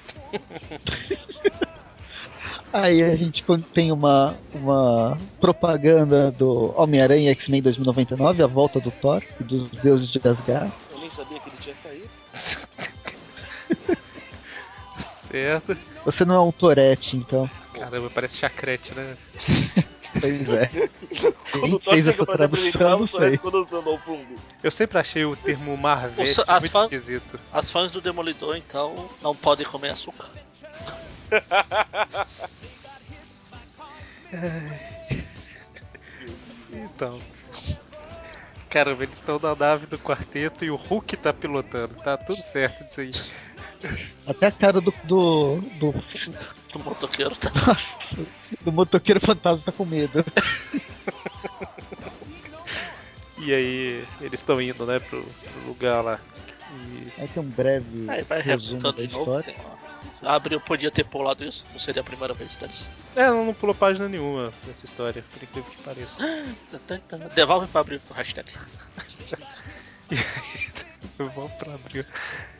C: Aí a gente con- tem uma, uma propaganda do Homem-Aranha X-Men 2099, a volta do Thor e dos deuses de Asgard.
D: Eu nem sabia que ele tinha saído.
A: Certo.
C: Você não é um Torete, então.
A: Caramba, parece chacrete, né?
C: Pois
D: [laughs]
C: é.
D: Quando
C: Quem
D: o Thor
C: fez
D: chega
C: essa
D: pra se apresentar,
C: tradução,
D: o
C: não
D: Thor é
C: sei.
D: ficou dançando ao fundo.
A: Eu sempre achei o termo marvete
B: Os- as
A: muito
B: fãs-
A: esquisito.
B: As fãs do Demolidor, então, não podem comer açúcar.
A: Então. Caramba, eles estão na nave do quarteto e o Hulk tá pilotando. Tá tudo certo disso aí.
C: Até a cara do, do, do,
B: O motoqueiro tá.
C: do motoqueiro fantasma tá com medo.
A: E aí, eles estão indo, né, pro, pro lugar lá. E
C: Aí tem um breve
B: Aí vai
C: resumo
B: reputando
C: da
B: de novo.
C: história.
B: Tem uma... Ah, Abril podia ter pulado isso, não seria a primeira vez tá deles.
A: É, ela não pulou página nenhuma nessa história, por incrível que pareça.
B: Devolve pra abrir o hashtag.
A: Vamos pra abrir.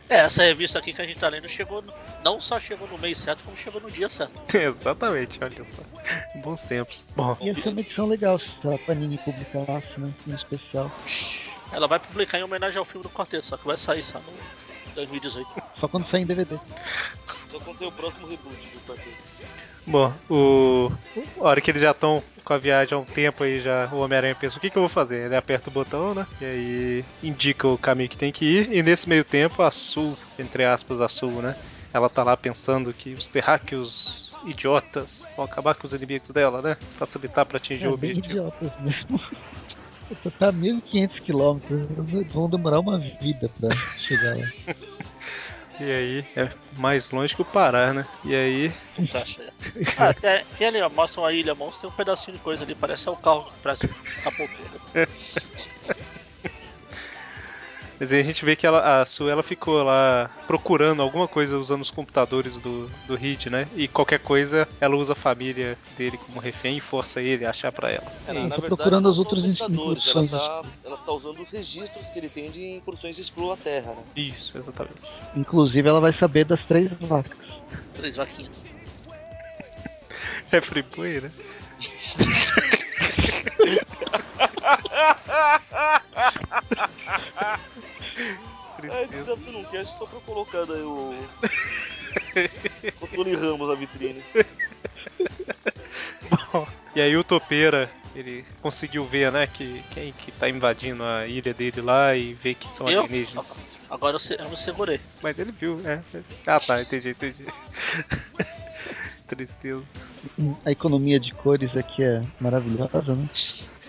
B: É, essa revista aqui que a gente tá lendo chegou, no- não só chegou no mês certo, como chegou no dia certo.
A: [laughs] Exatamente, olha só. Bons tempos. Bom,
B: né?
C: Ia ser é uma edição legal se a Panini publicasse, né? Um especial.
B: Ela vai publicar em homenagem ao filme do Quarteto, só que vai sair só no [laughs] 2018.
C: Só quando sair em DVD.
D: Só quando sair o próximo reboot do quarteto.
A: bom o... a hora que eles já estão com a viagem há um tempo aí, já o Homem-Aranha pensa, o que, que eu vou fazer? Ele aperta o botão, né? E aí indica o caminho que tem que ir. E nesse meio tempo, a Sul, entre aspas, a Sul, né? Ela tá lá pensando que os terráqueos idiotas vão acabar com os inimigos dela, né? Facilitar pra atingir o
C: É, bem
A: objetivo.
C: idiotas mesmo. Tá- Tá 1.500 quilômetros, vão demorar uma vida pra chegar lá.
A: E aí é mais longe que o Pará, né? E aí
B: Tu acha? Ah, tem, tem ali, ó, mostra uma ilha, mostra tem um pedacinho de coisa ali, parece é o carro que parece que capotou. né?
A: Mas aí a gente vê que ela, a Sue ela ficou lá procurando alguma coisa usando os computadores do, do Reed, né? E qualquer coisa ela usa a família dele como refém e força ele a achar pra ela.
C: Ela
D: Ela, É, na
C: tá
D: verdade,
C: procurando
D: não
C: as
D: são
C: outras
D: computadores, Ela tá,
C: incursões.
D: ela tá usando os registros que ele tem de incursões de Skrull à Terra, né?
A: Isso, exatamente.
C: Inclusive, ela vai saber das três vacas.
B: Três vaquinhas.
A: É Friboi, [laughs] né?
C: É
D: Ah, se
A: Tristeza.
D: quiser você não quer, acho que só pra eu colocar daí o. [laughs] o Tony Ramos na vitrine.
A: Bom, e aí o Topeira, ele conseguiu ver, né, que quem que tá invadindo a ilha dele lá e vê que são
B: Eu?
A: alienígenas.
B: Agora eu, se- eu me segurei.
A: Mas ele viu, é. Ah tá, entendi, entendi. [laughs] Tristeza.
C: Hum, A economia de cores aqui é maravilhosa, né?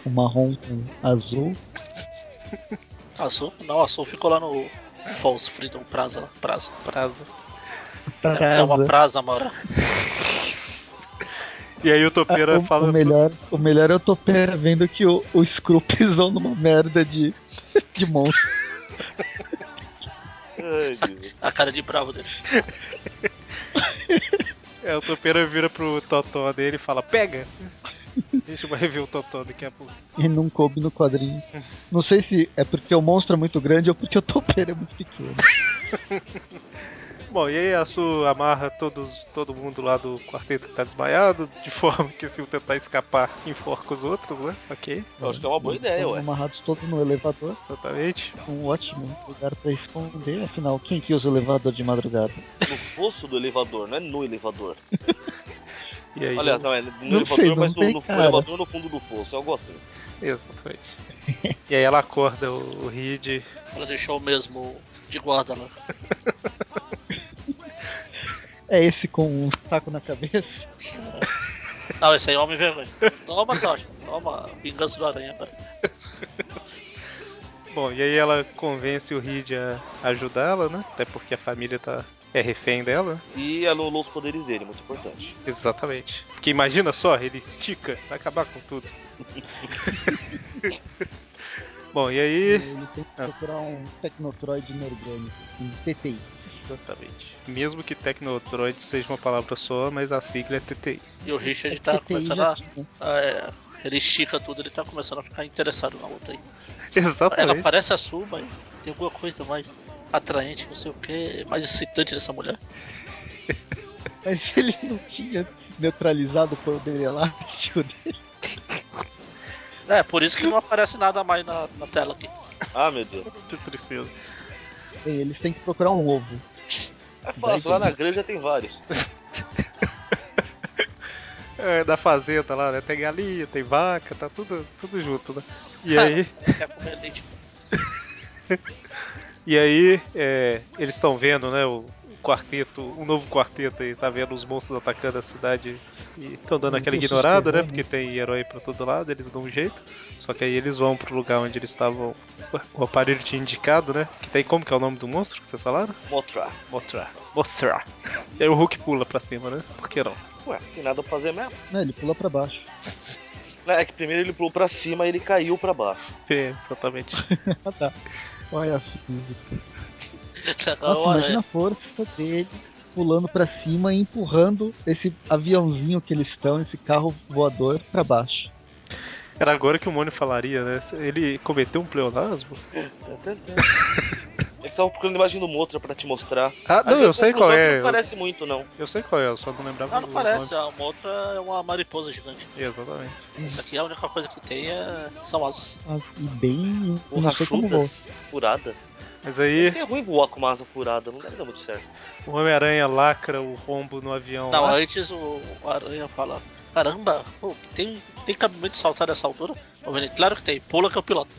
C: O marrom com azul.
B: Azul? Não, Azul ficou lá no False Freedom Plaza. Plaza.
A: Praza.
B: É, é uma
C: Tarasa.
B: praza, mano.
A: E aí o Topeira
C: Ah, o,
A: fala.
C: o melhor, o melhor é o Topeira vendo que o, o Screw pisou numa merda de, [laughs] de monstro.
D: Ai, Deus.
B: A cara de bravo dele.
A: É, o Topeira vira pro Totó dele e fala: Pega! Deixa eu rever o Totó daqui a pouco.
C: E não coube no quadrinho. Não sei se é porque o monstro é muito grande ou porque o topeiro é muito pequeno.
A: Bom, e aí a Su amarra todos, todo mundo lá do quarteto que tá desmaiado, de forma que se um tentar escapar, enforca os outros, né? Ok,
D: Eu acho que é uma boa
C: Eles
D: ideia,
C: foram
D: ué.
C: amarrados todos no elevador.
A: exatamente.
C: Um ótimo lugar pra esconder. Afinal, quem que usa o elevador de madrugada?
D: No fosso do elevador, não é no elevador.
A: E aí,
D: Aliás, não, é no
C: Não
D: elevador,
C: sei, não
D: mas no,
C: tem
D: no- no
C: cara.
D: elevador no fundo do fosso, algo assim.
A: Exatamente. E aí ela acorda o o Reed.
B: Ela deixou mesmo de guarda lá.
C: É esse com um saco na cabeça?
B: Não, esse aí é homem vergonha. Toma, Tocha. Toma, vingança do aranha, velho.
A: Bom, e aí ela convence o Reed a ajudá-la, né? Até porque a família tá. É refém dela, né?
D: E anulou os poderes dele, muito importante.
A: Exatamente. Porque imagina só, ele estica, vai acabar com tudo. [laughs] Bom, e aí.
C: Ele tem que procurar um tecnotroide inorgânico, um TTI.
A: Exatamente. Mesmo que Tecnodroid seja uma palavra só, mas a sigla é [laughs] TTI.
B: E o Richard
C: [laughs]
B: tá
C: TTI
B: começando
C: já
B: a.
C: tinha.
B: a- é, ele estica tudo, ele tá começando a ficar interessado na outra aí. Ela
A: Exatamente.
B: parece a sua, mas tem alguma coisa mais atraente, não sei o que, mais excitante dessa mulher.
C: Mas ele não tinha neutralizado o poder elástico dele.
B: É, por isso que não aparece nada mais na, na tela aqui.
D: Ah, meu Deus.
A: Que tristeza.
C: Bem, eles têm que procurar um ovo.
D: É fácil, lá na granja tem vários.
A: É, da fazenda lá, né? Tem galinha, tem vaca, tá tudo, tudo junto, né? E aí,
B: Ela quer comer leite. [laughs]
A: e aí é, eles estão vendo, né? O o quarteto, um novo quarteto aí, tá vendo os monstros atacando a cidade e estão dando
C: Não
A: aquela
C: tem
A: ignorada, né?
C: subterrâneo.
A: Porque tem herói pra todo lado, eles dão um jeito. Só que aí eles vão pro lugar onde eles estavam. O aparelho tinha indicado, né? Que tem como que é o nome do monstro que vocês falaram?
D: Motra.
A: Mothra. Mothra. E aí o Hulk pula pra cima, né? Por que não?
D: Ué, tem nada pra fazer mesmo.
C: Não, ele pula pra baixo. [laughs]
D: É que primeiro ele pulou pra cima e ele caiu pra baixo.
A: É, exatamente.
C: Ah, tá. Olha a física.
B: Ela
C: Nossa, imagina
B: olha,
C: a força dele pulando pra cima e empurrando esse aviãozinho que eles estão, esse carro voador, pra baixo.
A: [laughs] Era agora que o Mônio falaria, né? Ele cometeu um pleonasmo?
D: [laughs] Eu tava procurando a imagem do Motra pra te mostrar.
A: Ah,
D: A
A: não,
D: minha
A: eu sei qual
D: conclusão que
A: é.
D: Não
A: Eu,
D: parece muito, não.
A: eu sei qual é, eu só não lembrava
B: Ah, não
A: o
B: parece,
A: nome.
B: a outra é uma mariposa gigante.
A: Exatamente.
B: Essa aqui é a única coisa que tem é... são as.
C: Ah, E bem. eu Não sei como voa.
D: Borrachudas, furadas.
A: Mas
D: Deve
A: aí
D: ser ruim voar com uma asa furada, não deve dar muito certo.
A: o Homem-Aranha lacra o rombo no avião.
B: Não, é-
A: lá.
B: antes o o Aranha fala: Caramba, pô, tem, tem cabimento de saltar nessa altura? O Wolverine, claro que tem, pula que eu piloto.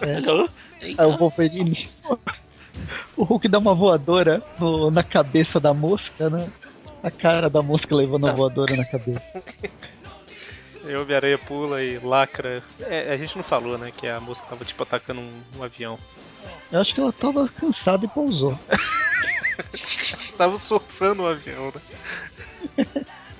C: É.
B: Ele, "Hã? Eita."
C: Aí o Wolverine. [laughs] O Hulk dá uma voadora no- na cabeça da mosca, né? A cara da mosca levando a voadora na cabeça.
A: Aí o Homem-Aranha pula e lacra. É, a gente não falou, né? Que a música tava tipo atacando um, um avião. [laughs]
C: Eu acho que ela tava cansada e pousou.
A: Tava sofrendo o avião, né?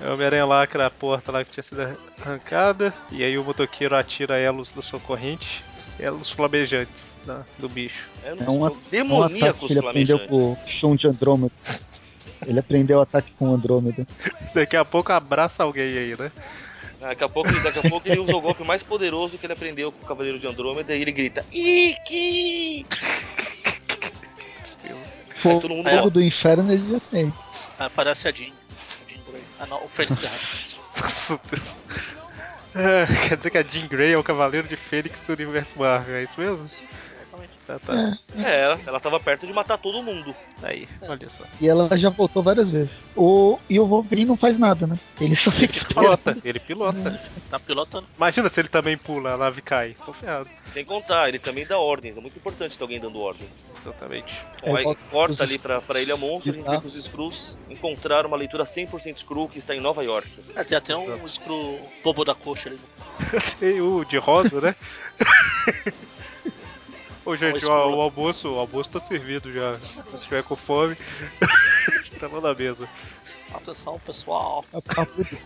A: Aí O Homem-Aranha lacra a porta lá que tinha sido arrancada. E aí o motoqueiro atira elos da sua corrente. Elos flamejantes da- do bicho.
D: É
C: É um
D: um
C: Um ataque
D: demoníaco né?
C: que ele aprendeu com o chão de Andrômeda. Ele aprendeu o ataque com o Andrômeda.
A: Daqui a pouco abraça alguém aí, né?
D: Ah, Daqui a, pouco, daqui a pouco ele usa o golpe mais poderoso que ele aprendeu com o Cavaleiro de Andrômeda e ele grita Iki!
C: Fogo
D: todo mundo
C: fogo do inferno ele já tem.
B: Ah, parece a Jean. A Jean Grey. Ah, não, o Fênix errado.
A: Nossa, Deus. É, quer dizer que a Jean Grey é o Cavaleiro de Fênix do universo Marvel, é isso mesmo?
B: Exatamente.
A: Tá, tá.
D: É, ela, ela tava perto de matar todo mundo.
A: Aí, olha só.
C: E ela já voltou várias vezes. O, e o Wolverine não faz nada, né? Ele só
A: Ele
C: fica.
A: pilota, ele pilota.
B: Tá pilotando.
A: Imagina se ele também pula, a nave cai. Tô ferrado.
D: Sem contar, ele também dá ordens. É muito importante ter alguém dando ordens.
A: Exatamente.
D: Bom, aí
C: volta
D: corta
C: É, os-
D: ali pra, pra Ilha Monstro, a gente vê
C: Tá.
D: que os Screws encontraram uma leitura 100% Screw que está em Nova York.
B: É, tem até um
A: Exato.
B: escuro bobo da coxa ali no fundo.
A: Tem o de rosa, né? Ô, gente,
B: Ó, o
A: ó,
B: escroto.
A: o almoço, o almoço tá servido já. Se tiver com fome, [laughs] tá lá na mesa.
B: Atenção, pessoal.
C: Ah, puta,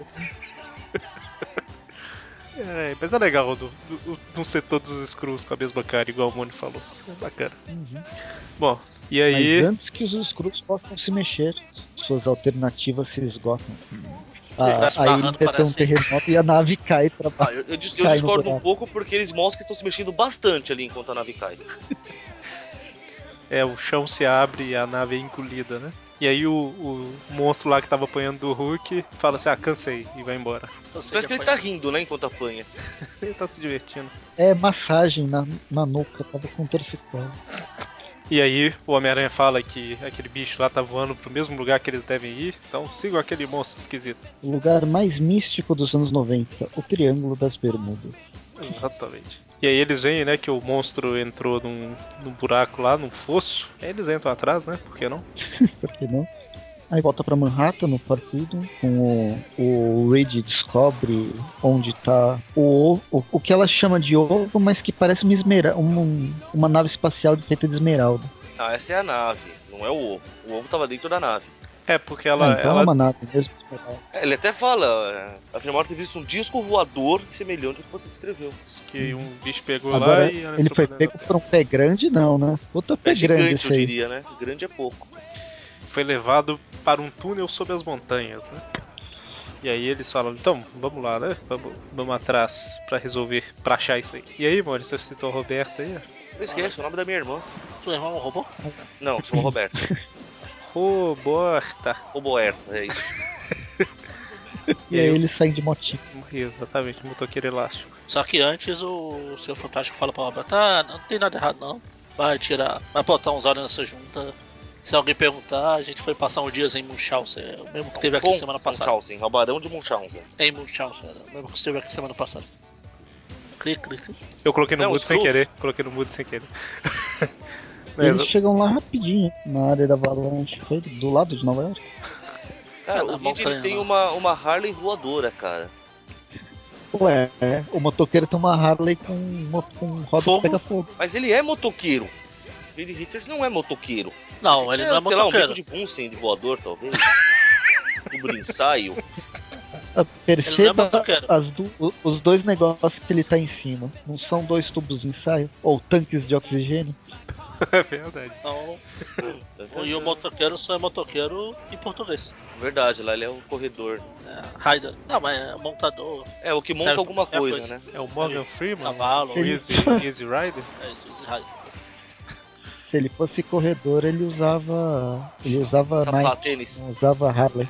A: É, mas é legal do- do- não ser todos os Skrulls com a mesma cara, igual o Mônio falou. É bacana.
C: uhum.
A: Bom, e
C: Mas
A: aí.
C: antes que os escrotos possam se mexer, suas alternativas se esgotam. Ah,
B: Parece
C: aí
B: barrando,
C: ele tem um
B: parece-
C: terremoto e a nave cai pra baixo.
D: Ah, eu, eu dis- eu
C: Cai no
D: discordo um
C: buraco.
D: pouco porque eles mostram que estão se mexendo bastante ali enquanto a nave cai.
A: É, o chão se abre e a nave é engolida, né? E aí o, o monstro lá que tava apanhando do Hulk fala assim, ah, cansei, e vai embora. [laughs]
B: Eu sei
D: Parece que ele tá rindo, né, enquanto apanha.
A: Ele tá se divertindo.
C: É massagem na, na nuca, tava com torcicolo.
A: E aí o Homem-Aranha fala que aquele bicho lá tá voando pro mesmo lugar que eles devem ir, então sigam aquele monstro esquisito.
C: O lugar mais místico dos anos 90, o Triângulo das Bermudas.
A: Exatamente. E aí eles veem, né, que o monstro entrou num, num buraco lá, num fosso. Aí eles entram atrás, né? Por que não?
C: Por que não? Aí volta pra Manhattan, no partido, com o, o Reed descobre onde tá o, o o que ela chama de ovo, mas que parece uma, esmera, um- uma nave espacial de feita de esmeralda.
D: Ah, essa é a nave, não é o ovo. O ovo tava dentro da nave.
A: É, porque ela.
C: ah, então
A: ela-
C: é uma nave mesmo. esmeralda.
D: É, Ele até fala, é, afirmaram ter visto um disco voador semelhante ao que você descreveu.
A: que um bicho pegou lá
C: Agora,
A: e ela é
C: ele
A: entrou
C: foi
A: pra dentro
C: pego
A: da
C: por um pé grande, não, né? Puta pé
D: É
C: grande
D: gigante,
C: isso
D: eu
C: aí.
D: diria, né? Grande é pouco.
A: Terra. Foi levado para um túnel sob as montanhas, né? E aí eles falam, então, vamos lá, né? Vamos, vamos atrás pra resolver, pra achar isso aí. E aí, Maurício, você citou a Roberta aí?
D: Não esquece, o nome da minha irmã.
B: Seu irmão é um robô?
C: [laughs]
D: Não, chama Roberto.
A: Roberta.
D: O Boerto, é isso.
C: E aí eles saem de motinho.
A: Exatamente, motoqueiro elástico.
B: Só que antes o seu fantástico fala pra Roberta, ah, não tem nada errado não. Vai tirar, vai botar uns olhos nessa junta. Se alguém perguntar, a gente foi passar uns dias em Munchausen, é o mesmo que teve aqui
D: Bom,
B: semana passada.
D: Munchausen, é o Barão de Munchausen.
B: É em Munchausen, é o mesmo que esteve aqui semana passada. Clique, clique.
A: Eu coloquei no
D: Não,
A: mudo sem
D: Scrooge.
A: querer. Coloquei no mudo sem querer. [laughs]
C: eles
A: Mas,
C: chegam lá rapidinho, na área da Avalanche, foi do lado de Nova York.
D: Cara,
B: É, na
D: o Reed ele
B: montanha,
D: tem
B: lá.
D: uma, uma Harley voadora, cara.
C: Ué, é, o motoqueiro tem uma Harley com, uma, com um roda
B: Fogo?
C: que pega fogo.
D: Mas ele é motoqueiro. Billy Richards não é motoqueiro.
B: Não, ele não é
D: sei lá, um bico
B: motoqueiro.
D: de Bunsen de voador,
B: [laughs]
D: talvez. Tubo de ensaio.
C: Ah,
B: é
C: Perceba
B: motoqueiro.
C: as du- o- os dois negócios que ele tá em cima. Não são dois tubos de ensaio? Ou tanques de oxigênio?
A: é verdade.
B: Não, o- e o motoqueiro só é motoqueiro em português.
D: Verdade, lá ele é
B: um
D: o corredor.
B: É, Raider. Não, mas é montador,
D: É, o que monta
B: Certo,
D: alguma
B: qualquer
D: coisa,
B: coisa.
D: né?
A: É o Morgan Freeman?
B: cavalo,
A: O Easy, Easy Rider?
B: é isso, de Raider.
C: Se ele fosse corredor, ele usava. Ele usava
D: Sapato,
C: Nike,
D: tênis.
C: não usava Harley.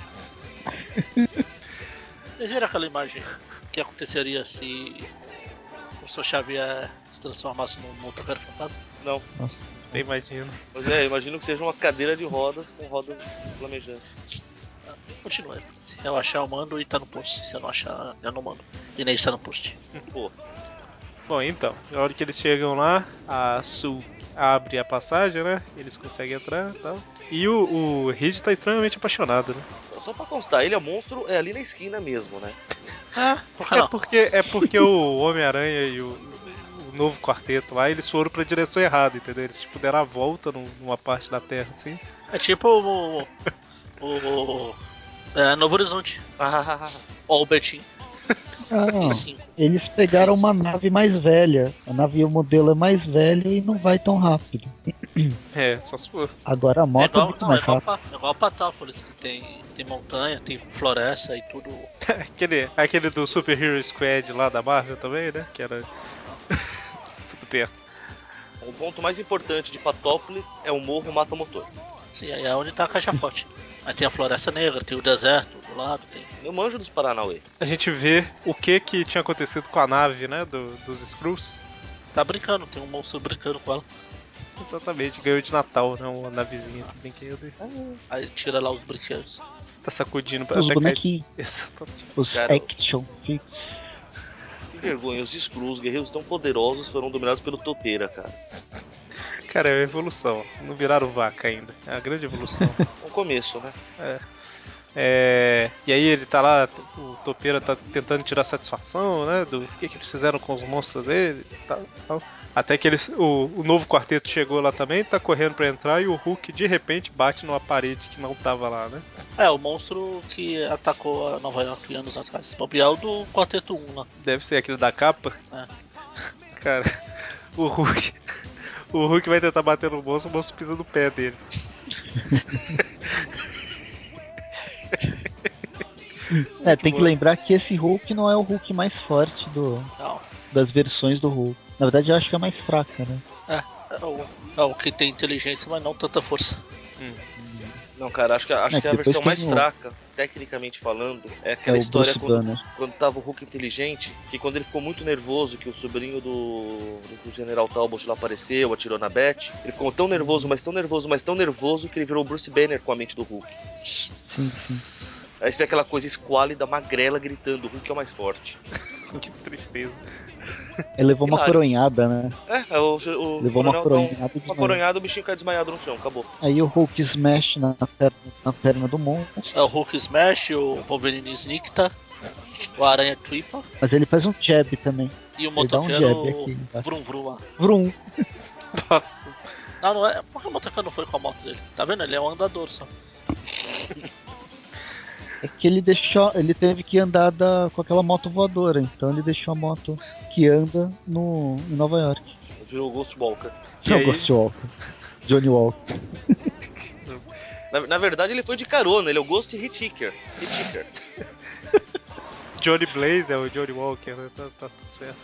B: Vocês viram aquela imagem que aconteceria se o professor Xavier se transformasse num motoqueiro fantasma?
D: Não.
C: Nossa.
A: Eu imagino.
D: Mas é, imagino que seja uma cadeira de rodas com rodas flamejantes.
B: Continua. Se eu achar, eu mando e tá no post. Se eu não achar, eu não mando. E nem está no post.
D: Pô,
A: Bom, então, na hora que eles chegam lá, a Sul abre a passagem, né? Eles conseguem entrar e tal. E o, o Reed tá extremamente apaixonado, né?
D: só pra constar, ele é monstro, é ali na esquina
B: [laughs]
D: mesmo, né?
B: Ah, por que
A: É
B: não?
A: porque, é porque o Homem-Aranha e o, o novo quarteto lá, eles foram pra direção errada, entendeu? Eles tipo, deram a volta num- numa parte da Terra, assim.
B: É tipo o. o. o- é, Novo Horizonte. Ó, o Assim, é Betinho.
C: Ah,
B: Tem
C: não.
B: cinco.
C: Eles pegaram uma nave mais velha. A nave, o modelo é mais velho e não vai tão rápido.
A: É, só se for. [laughs]
C: Agora a moto
B: é
C: é,
B: igual,
C: muito
B: não,
C: mais
B: é igual,
C: rápida.
B: pa- é igual Patápolis, que tem, tem montanha, tem floresta e tudo.
A: Aquele, aquele do Super Hero Squad lá da Marvel também, né? Que era. [laughs] Tudo perto.
D: O ponto mais importante de Patópolis é o morro mata motor.
B: Sim, aí é onde tá a caixa forte. Mas tem a floresta negra, tem o deserto do lado, tem.
D: Eu manjo dos Paranauê.
A: A gente vê o que que tinha acontecido com a nave, né? do- dos Skrulls.
B: Tá brincando, tem um monstro brincando com ela.
A: Exatamente, ganhou de Natal, né? Uma navezinha de brinquedo e
B: Aí tira lá os brinquedos.
A: tá sacudindo pra
C: Os
A: até cair.
C: bonequinhos,
A: [laughs] Exatamente.
C: os
D: Cara,
C: action figures.
D: Que vergonha, os Skrulls, guerreiros tão poderosos, foram dominados pelo Topeira, cara.
A: Cara, é a evolução. Não viraram vaca ainda. É a grande evolução.
D: É um começo, né?
A: É, E aí ele tá lá, o Topeira tá tentando tirar satisfação, né? Do que, que eles fizeram com os monstros deles e tal, tal. Até que eles. O, o novo quarteto chegou lá também, tá correndo pra entrar e o Hulk de repente bate numa parede que não tava lá, né?
B: É, o monstro que atacou a Nova York anos atrás. Se bobear, o do Quarteto né? 1 lá.
A: Deve ser aquele da capa.
B: Ah.
A: [laughs] Cara, o Hulk. O Hulk vai tentar bater no monstro, o monstro pisa no pé dele.
C: É, tem que lembrar que esse Hulk não é o Hulk mais forte do,
B: Não.
C: das versões do Hulk. Na verdade, eu acho que é a mais fraca, né?
B: É o, é o que tem inteligência, mas não tanta força.
D: Não, cara, acho que, acho
C: É,
D: que a
C: depois
D: versão
C: tem
D: mais
C: o-
D: fraca, tecnicamente falando,
C: É
D: é
C: o
D: aquela história
C: Bruce
D: quando,
C: Banner.
D: quando tava o Hulk inteligente, que quando ele ficou muito nervoso, que o sobrinho do, do General Talbot lá apareceu, atirou na Beth, ele ficou tão nervoso, mas tão nervoso, mas tão nervoso, que ele virou o Bruce Banner com a mente do Hulk.
C: Sim, sim.
D: Aí você vê aquela coisa esquálida, magrela, gritando, o Hulk é o mais forte.
A: [laughs] Que tristeza.
C: Ele levou uma
D: Hilário.
C: coronhada, né?
D: É, é o, o
C: Levou uma
D: coronel dá um-
C: coronhada de
D: uma coronhada, o bichinho cai desmaiado no chão, acabou.
C: Aí o Hulk smash na perna, na perna do monstro.
B: É o Hulk Smash, o Wolverine Snicta, o Aranha Tripa
C: Mas ele faz um jab também.
B: e o
C: Ele dá um
B: motoqueiro
C: jab aqui. embaixo.
B: Vrum Vrum lá.
C: Vrum.
A: Nossa.
B: Não, não é. Por que o motoqueiro não foi com a moto dele? Tá vendo? Ele é um andador só.
C: É que ele deixou. Ele teve que andar da- com aquela moto voadora. Então ele deixou a moto que anda no, em Nova York.
D: Virou o Ghost Walker.
A: E
C: Não,
A: aí?
C: Ghost Walker. Johnny Walker.
D: Na, na verdade, ele foi de carona, ele é o Ghost Hitchhiker. Hitchhiker.
A: Johnny Blaze é o Johnny Walker, né? Tá, tá tudo certo.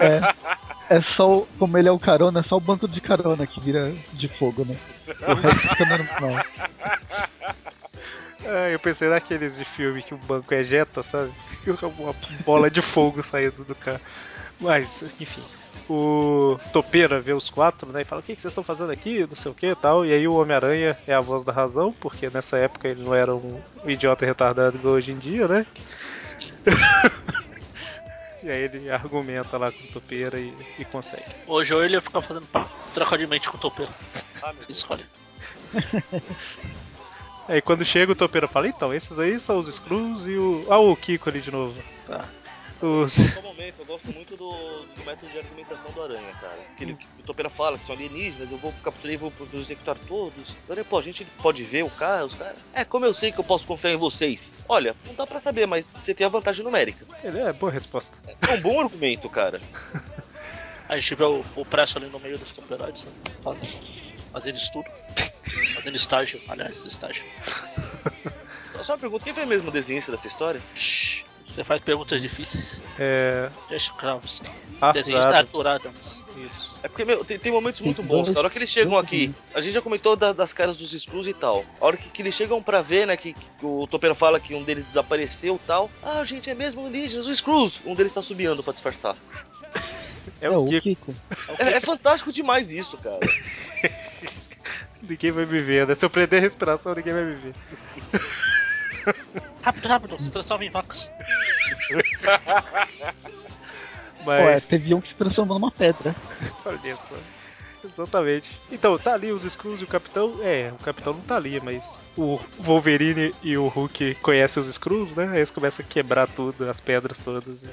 C: É, é só. o- Como ele é o carona, é só o banco de carona que vira de fogo, né? O resto fica normal.
A: Ah, eu pensei naqueles de filme que o banco é jeta, sabe? [laughs] Que uma bola de fogo saindo do carro. Mas, enfim. O Topeira vê os quatro, né? E fala: O que, que vocês estão fazendo aqui? Não sei o que e tal. E aí o Homem-Aranha é a voz da razão, porque nessa época ele não era um idiota retardado igual hoje em dia, né? [laughs] e aí ele argumenta lá com o Topeira e, e consegue.
B: Hoje ou ele ia ficar fazendo pá, troca de mente com o topeiro.
D: Ah, meu Deus.
B: Escolhe.
A: Aí quando chega o Topeira fala: Então, esses aí são os Screws e o. Ah, o Kiko ali de novo.
B: Tá.
A: Os.
D: Só um momento, eu gosto muito do, do método de argumentação do Aranha, cara. Que ele, que o Topeira fala que são alienígenas, eu vou capturar e vou vou executar todos. O Aranha, pô, a gente pode ver o cara, os caras. É, como eu sei que eu posso confiar em vocês? Olha, não dá pra saber, mas você tem a vantagem numérica.
A: Ele é boa resposta.
D: É um bom argumento, cara.
B: A gente vê o, o Presto ali no meio dos toperoides, né? fazendo, fazendo
C: [laughs]
B: estudo, fazendo estágio, aliás, estágio.
D: Só, só uma pergunta, quem foi mesmo o desenhista dessa história?
B: Shhh, Você faz perguntas difíceis,
A: É.
B: deixa o cravo assim.
A: Arthur
B: Desenhista
A: Adams.
B: Arthur Adams.
A: Isso.
D: É porque, meu, tem, tem momentos
C: Tem
D: muito bons,
C: dois-
D: cara. A hora que eles chegam
C: dois
D: aqui, a gente já comentou da- das caras dos Screws e tal. A hora que, que eles chegam pra ver, né, que, que o Topeira fala que um deles desapareceu e tal. Ah, gente, é mesmo alienígenas, os Screws! Um deles tá subiando pra disfarçar.
A: É o Kiko.
D: É, é fantástico demais isso, cara.
A: Ninguém vai me ver, né? Se eu prender a respiração, ninguém vai me ver.
B: Rápido, rápido, se transforma em vacas.
C: Ué,
A: Mas,
C: teve um que se transformou numa pedra.
A: olha só. Exatamente. Então, tá ali os Skrulls e o Capitão. É, o Capitão não tá ali, mas o Wolverine e o Hulk conhecem os Skrulls, né? Aí eles começam a quebrar tudo, as pedras todas. [laughs] e-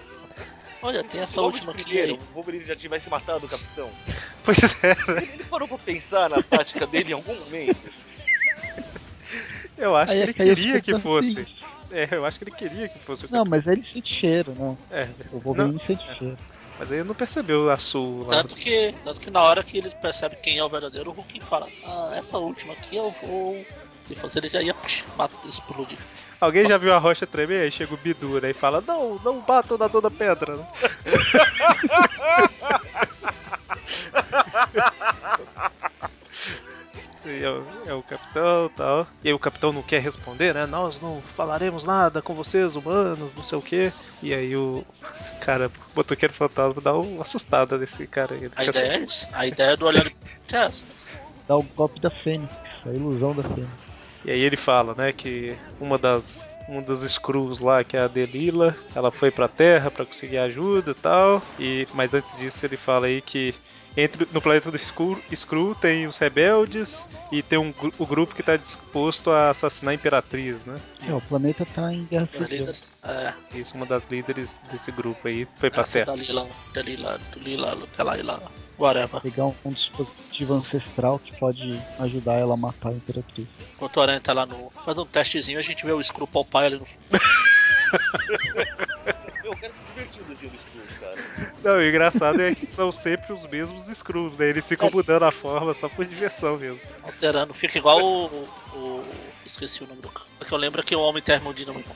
B: Olha, tem essa
D: Logo de
B: última aqui
D: primeira,
B: aí.
D: O Wolverine já tivesse matado o capitão.
A: Pois é, né?
D: Ele, ele parou pra pensar na tática dele em algum momento.
A: eu acho
C: Aí
A: que ele
C: é aí as
A: queria que
C: pessoas
A: fosse.
C: assim,
A: É, eu acho que ele queria que fosse o
C: Não,
A: Capitão.
C: mas aí ele sente cheiro, né?
A: É,
C: O Wolverine sente cheiro.
A: mas ele não percebeu a Sul lá.
B: Tanto que, tanto que na hora que eles percebem quem é o verdadeiro, o Hulk fala, ah, essa última aqui eu vou. Se fosse ele já ia psh, mata- explodir.
A: Alguém já viu a rocha tremer? Aí chega o Bidu, né? E fala: Não, não batam na dona pedra, né? [laughs] E É o, é o capitão e tal. E aí o capitão não quer responder, né? Nós não falaremos nada com vocês, humanos, não sei o quê. E aí o cara, o motoqueiro fantasma dá uma assustada nesse cara aí. Ele
B: A
A: fica
B: ideia
D: assim.
B: é isso. A ideia do olhar é
D: [laughs]
B: essa.
C: Dá o golpe da Fênix, a ilusão da Fênix.
A: E aí ele fala, né, que uma das um dos Skrulls lá, que é a Delila, ela foi pra Terra pra conseguir ajuda e tal. E mas antes disso ele fala aí que entre no planeta do Skrull, Skrull tem os rebeldes e tem um, gru- o grupo que tá disposto a assassinar a Imperatriz, né?
C: É, o planeta tá em guerra civil.
B: Líderes, é,
A: Isso uma das líderes desse grupo aí foi
D: Tá
A: pra
B: essa
A: Terra.
B: da Lila, da Lila, do Lila, aquela aí lá. Whatever.
C: Pegar um, um dispositivo ancestral que pode ajudar ela a matar a Imperatriz.
B: Enquanto o Aranha tá lá no. Faz um testezinho, a gente vê o Screw Popeye ali no fundo.
D: Eu quero se divertir o desenho do Screws, cara.
B: tá-
A: Não, e o engraçado é que são sempre os mesmos Skrulls, né? Eles ficam
B: É.
A: mudando a forma só por diversão mesmo.
B: Alterando. Fica igual o. o- Esqueci o nome do cara. O um que eu lembro é que é o Homem Termodinâmico.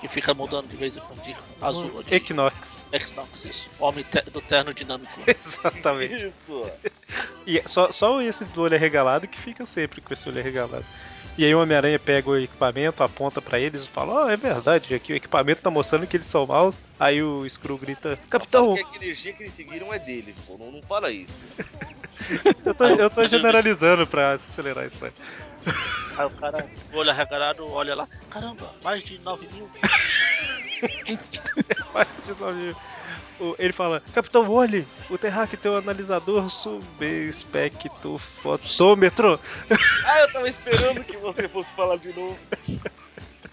B: que fica mudando de vez em quando de
D: Hum,
B: azul.
D: é
B: De
A: Equinox. [laughs]
B: Xbox, isso. Homem te- do terno dinâmico.
A: Exatamente.
D: Isso.
A: E é só, só esse do olho arregalado que fica sempre com esse olho arregalado. E aí o Homem-Aranha pega o equipamento, aponta pra eles e fala: Ó, é verdade, aqui o equipamento tá mostrando que eles são maus. Aí o Screw grita: Capitão,
D: Porque a energia que eles seguiram é deles, pô. Não, não fala isso.
A: eu tô, eu tô generalizando pra acelerar a história. [laughs]
B: Aí o cara, o olho arregalado, olha lá. Caramba, mais de 9 mil.
A: Parte do navio. O- Ele fala: Capitão Wally, o Terraque tem um analisador subespectrofotômetro.
D: Ah, eu tava esperando que você fosse falar de novo.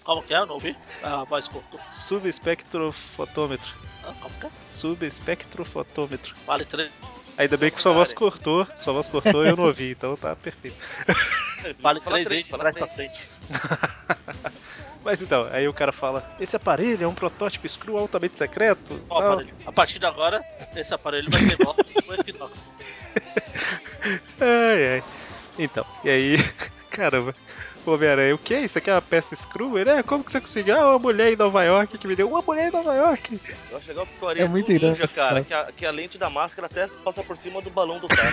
B: Como que é? Eu não ouvi. A voz cortou.
A: Subespectrofotômetro.
B: Ah, Como que é?
A: Subespectrofotômetro.
B: Vale três.
A: Ainda bem que sua voz cortou, sua voz cortou e eu não ouvi, então tá perfeito.
B: Vale
D: Fala
B: três vezes de
D: fala
B: trás pra
D: três.
B: frente.
A: Mas então, aí o cara fala: Esse aparelho é um protótipo screw altamente secreto.
B: Qual
A: tal."
B: aparelho? A partir de agora, esse aparelho vai ser igual o Equinox.
A: Ai, ai. Então, e aí, [laughs] caramba. O Homem-Aranha, o que? Isso aqui é uma peça screw? Ele, é, como que você conseguiu? Ah, uma mulher em Nova York que me deu. Uma mulher em Nova York! [laughs]
D: Eu acho legal porque o Aranha
C: É muito
D: tão ninja,
C: engraçado.
A: né?
D: cara, que a, que a lente da máscara até passa por cima do balão do cara.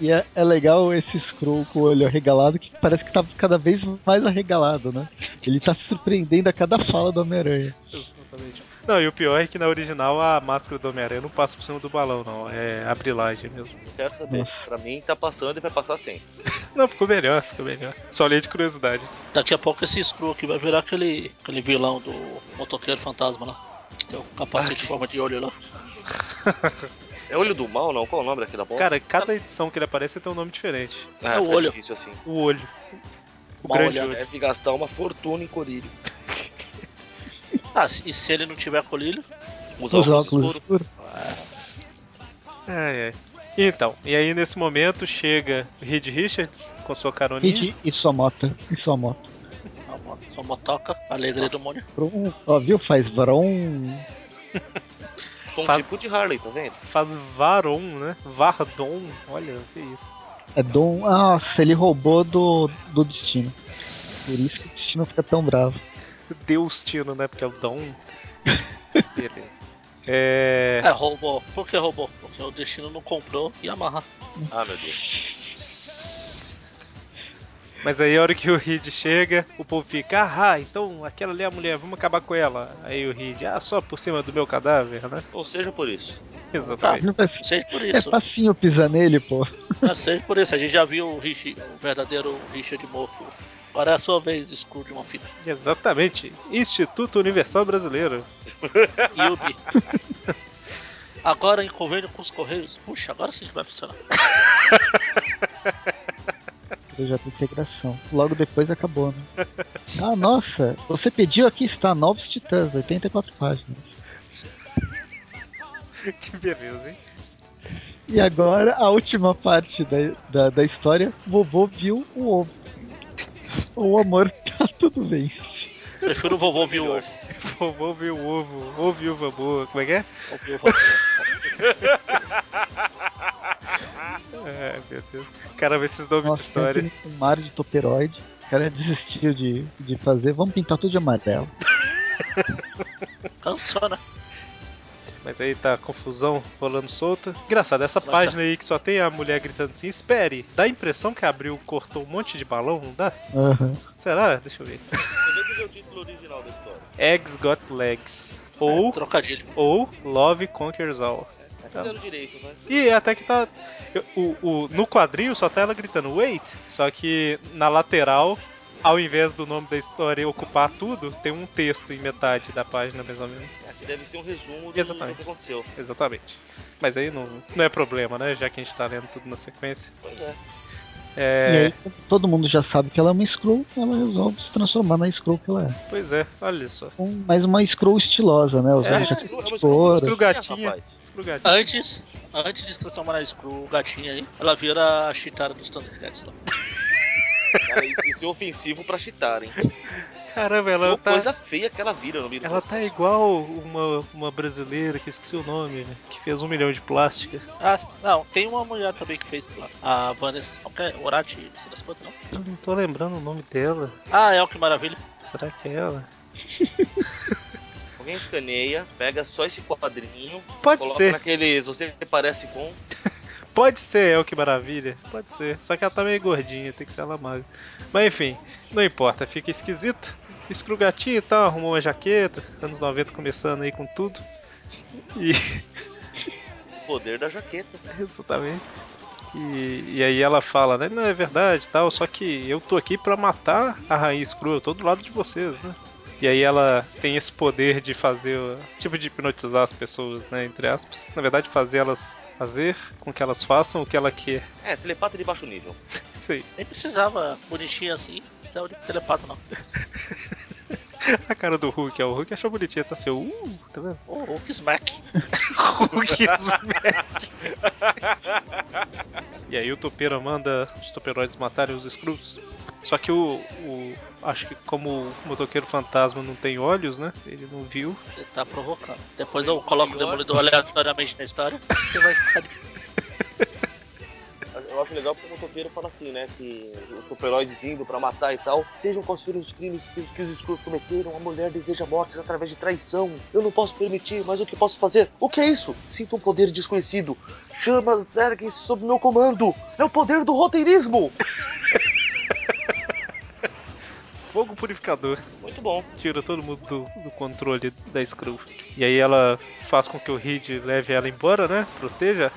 C: E é, é legal esse Skrull com o olho arregalado, que parece que tá cada vez mais arregalado, né? Ele tá se surpreendendo a cada fala do Homem-Aranha.
A: Exatamente. Não, e o pior é que na original a máscara do Homem-Aranha não passa por cima do balão, não. É a brilagem mesmo.
D: Não quero saber. Pra mim tá passando e vai passar sempre.
A: Não, ficou melhor, ficou melhor. Só olhei de curiosidade.
B: Daqui a pouco esse Screw aqui vai virar aquele, aquele vilão do motoqueiro fantasma lá. Que tem o capacete em forma de olho lá.
D: É olho do mal, não? Qual o nome daquela bosta?
A: Cara, cada edição que ele aparece tem um nome diferente.
D: Ah,
B: é o
D: fica
B: olho.
D: difícil assim.
A: O olho. O
B: Mal
A: grande
B: olhado.
A: olho.
D: Deve gastar uma fortuna em corilho.
B: Ah, se- e se ele não tiver colírio?
D: Os
C: Os
D: óculos
C: óculos
D: escuros.
C: escuros.
A: Ai, ai. Então, e aí nesse momento chega Reed Richards com sua
C: E,
A: caroninha.
C: de- e sua moto, e sua moto.
B: a mo- Sua é motoca, a alegria do mundo.
C: Vrum. Ó, viu? Faz vrom.
D: Sou um
A: Faz-
D: tipo de Harley, tá vendo?
A: Faz Varon, né? Vardon. Olha, que isso.
C: É Dom. Nossa, ele roubou do, do destino. Por isso que o destino fica tão bravo.
A: Deus Tino, né? Porque é o Dom. Beleza. É.
B: É, roubou. Por que roubou? Porque o destino não comprou e amarra.
D: Ah, meu Deus.
A: Mas aí a hora que o Reed chega, o povo fica, ah, ah, então aquela ali é a mulher, vamos acabar com ela. Aí o Reed, ah, só por cima do meu cadáver, né?
D: Ou seja, por isso.
A: Exatamente.
C: Não faz-
B: Seja por
C: É
B: isso.
C: facinho pisar nele, pô.
B: Ah, Seja por isso. A gente já viu o, Richie, o verdadeiro Richard morto. Agora é a sua vez, Screw de uma fita.
A: Tá. Exatamente. Instituto Universal Brasileiro.
B: Yubi. Agora em convênio com os Correios. Puxa, agora sim que vai funcionar.
C: Eu já tem integração. Logo depois acabou, né? Ah, nossa, você pediu aqui está Novos Titãs, 84 páginas.
A: [laughs] que beleza, hein?
C: E agora a última parte da, da, da história, vovô viu o ovo. O amor [laughs] tá tudo bem.
B: Prefiro o vovô viu o ovo.
A: Vovô ouviu o ovo, ô viúva boa, como é que é?
B: Ouviu o vovô.
A: Ai, É, meu Deus. Caramba, esses nomes
C: Nossa,
A: de história.
C: tem Um mar de toperoide. O cara desistiu de, de fazer. Vamos pintar tudo de amarelo.
B: Cansou, né?
A: Mas aí tá a confusão rolando solta. Engraçado, essa
B: Nossa.
D: tá.
A: página aí que só tem a mulher gritando assim, espere, dá a impressão que abriu, cortou um monte de balão, não dá?
C: Aham.
A: Será? Deixa eu ver.
D: Você vê que é o título original da história.
A: Eggs Got Legs. Ou,
B: É, Trocadilho.
A: ou Love Conquers All.
D: Tá fizeram direito, vai.
A: E até que tá. eu- O, o, no quadril só tá ela gritando wait, só que na lateral, ao invés do nome da história ocupar tudo, tem um texto em metade da página, mais ou menos.
D: Aqui deve ser um resumo do,
A: Exatamente.
D: do que aconteceu.
A: Exatamente. Mas aí não, não é problema, né? Já que a gente tá lendo tudo na sequência.
D: Pois é.
A: É.
C: E aí, como todo mundo já sabe que ela é uma Skrull, ela resolve se transformar na Skrull que ela é.
A: Pois é, olha só.
C: Um, mas uma Skrull estilosa, né? Usando
A: É,
C: jaqueta
D: escru-
C: de
D: escru-
C: couro.
A: escru- gatinha.
D: né, rapaz.
A: Escrugadinho.
B: Antes, antes de se transformar na Screw, o gatinho aí, ela vira a Chitara dos Thundercats lá.
D: Cara, isso isso é ofensivo pra chitar, hein?
A: Caramba, ela
D: Uma
A: tá.
D: coisa feia que ela vira no meio do
A: Ela tá
D: processo.
A: igual uma, uma brasileira que eu esqueci o nome, né, que fez um milhão de plástica.
B: Ah, não, tem uma mulher também que fez lá. A Vanessa. Okay, Orati, não sei das quantas, não.
A: Eu não tô lembrando o nome dela.
B: Ah, é o que maravilha.
A: Será que é ela?
D: Alguém escaneia, pega só esse quadrinho,
A: Pode
D: coloca
A: ser,
D: naqueles você parece com.
A: pode ser, é o que maravilha. Pode ser. Só que ela tá meio gordinha, tem que ser ela magra. Mas enfim, não importa, fica esquisita. Escru gatinho e tal, arrumou uma jaqueta, anos 90 começando aí com tudo. E
D: O poder da jaqueta.
A: [laughs] Exatamente. E, e aí ela fala, né? Não, é verdade e tal, só que eu tô aqui pra matar a raiz crua, eu tô do lado de vocês, né? E aí ela tem esse poder de fazer, o- tipo de hipnotizar as pessoas, né? Entre aspas. Na verdade, fazer elas fazer com que elas façam o que ela quer. [laughs]
D: É, telepata de baixo nível.
A: Isso aí.
B: Nem precisava bonitinha assim. Isso é o único telepata, não.
A: A cara do Hulk, ó. O Hulk achou bonitinha, tá seu. Uh, tá vendo?
B: O Hulk Smack.
A: Hulk Smack. e aí o Topeira manda os toperoides matarem os Screws. Só que o, o- Acho que como o motoqueiro fantasma não tem olhos, né? Ele não viu.
B: Ele tá provocando. Depois eu coloco o demolidor aleatoriamente na história. Você vai ficar de...
D: Eu acho legal porque o motoqueiro fala assim, né? Que os super-heróis indo pra matar e tal. Sejam quais forem os crimes que os, que os escuros cometeram, a mulher deseja mortes através de traição. Eu não posso permitir, mas o que posso fazer? O que é isso? Sinto um poder desconhecido. Chamas erguem-se sob meu comando. É o poder do roteirismo.
A: Fogo purificador.
D: Muito bom.
A: Tira todo mundo do, do controle da Screw. E aí ela faz com que o Reed leve ela embora, né? Proteja.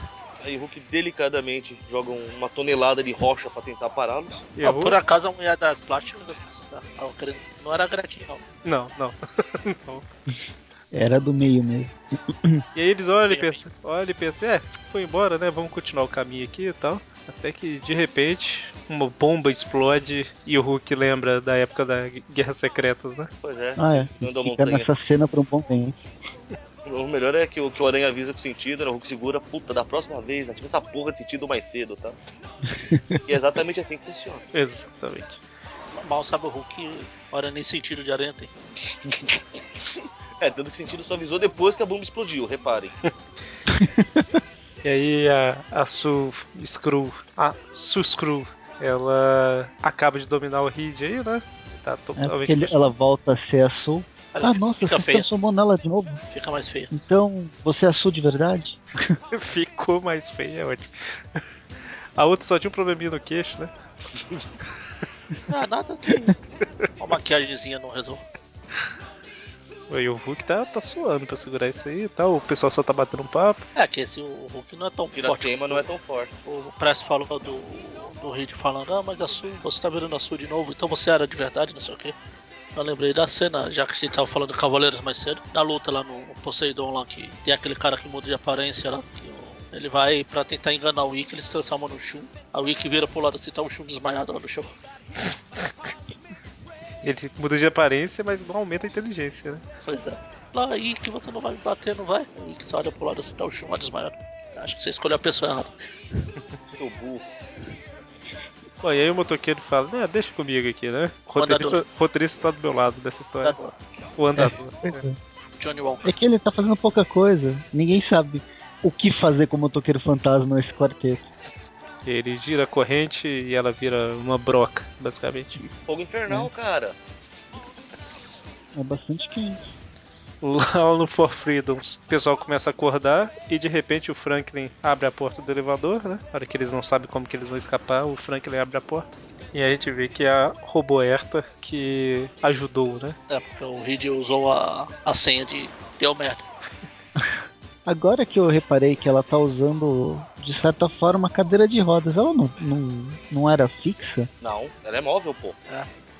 D: Aí o Hulk delicadamente joga uma tonelada de rocha pra tentar pará-los.
B: Ah,
A: Errou?
B: por acaso a mulher das plásticas tava tá? querendo... não era gratinha, não.
A: Não, não. não.
C: Era do meio mesmo.
A: E aí eles olham e pensam, olham e pensam, é, foi embora, né? Vamos continuar o caminho aqui e tal. Até que de repente uma bomba explode e o Hulk lembra da época da Guerra Secretas, né?
D: Pois é.
C: Ah, é.
D: Anda
C: Fica
D: a montanha.
C: nessa cena por um bom tempo.
D: O melhor é que o, que o Aranha avisa com sentido, né? O Hulk segura, puta, da próxima vez, ativa essa porra de sentido mais
B: [laughs]
D: cedo, tá? e é exatamente assim que funciona.
A: Exatamente.
B: Mal sabe o Hulk, ora nem sentido de aranha tem.
D: É, tanto que o sentido só avisou depois que a bomba
B: [laughs]
D: explodiu, reparem.
A: E aí a, a Su Screw, a Su Screw, ela acaba de dominar o Reed aí, né? Ele Tá
C: É
A: totalmente
C: porque ele-
A: apaixonado.
C: ela volta a ser a Sul.
B: Ela
C: ah, nossa,
B: fica
C: você
B: feia,
C: transformou nela de novo?
B: fica mais feia.
C: Então, você é a Sul de verdade?
A: [laughs] ficou mais feia, é ótimo. A outra só tinha um probleminha no queixo, né?
B: Não, Ah, nada
C: [laughs]
B: que uma maquiagemzinha não resolve.
A: E o Hulk tá, tá suando pra segurar isso aí e tal. O pessoal só tá batendo um papo.
B: É que esse o Hulk não é tão
D: O Piratema
B: forte.
D: não é tão forte.
B: O Presto falou do, do Reed falando, ah, mas a Sul, você tá virando a Sul de novo, então você era de verdade, não sei o quê. Eu lembrei da cena, já que a gente tava falando de Cavaleiros mais cedo, na luta lá no Poseidon lá, que tem aquele cara que muda de aparência lá, que o- ele vai pra tentar enganar o Wick, ele se transforma no Shun. A Wick vira pro lado assim, tá o Shun desmaiado lá no chão.
A: Ele muda de aparência, mas não aumenta a inteligência, né?
B: Pois é. Lá aí que você não vai me bater, não vai? Aí que você olha pro lado assim, tá o Shun lá desmaiado. Acho que você escolheu a pessoa errada.
D: Seu burro.
A: Bom, e aí o motoqueiro fala, né, deixa comigo aqui, né? Roteirista, roteirista tá do meu lado dessa história. O andador. É.
B: Johnny Walker.
C: É que ele tá fazendo pouca coisa. Ninguém sabe o que fazer com o motoqueiro fantasma nesse quarteto.
A: E Ele gira a corrente e ela vira uma broca, basicamente.
D: Fogo infernal, cara.
C: É bastante quente.
A: [laughs] Lá no For Freedoms, o pessoal começa a acordar e de repente o Franklin abre a porta do elevador, né? Na hora que eles não sabem como que eles vão escapar, o Franklin abre a porta. E a gente vê que é a Roboerta que ajudou, né?
B: É, porque o Reed usou a, a senha de deu merda.
C: Agora que eu reparei que ela tá usando, de certa forma, a cadeira de rodas. Ela não, não, não era fixa,
D: Não, ela é móvel, pô.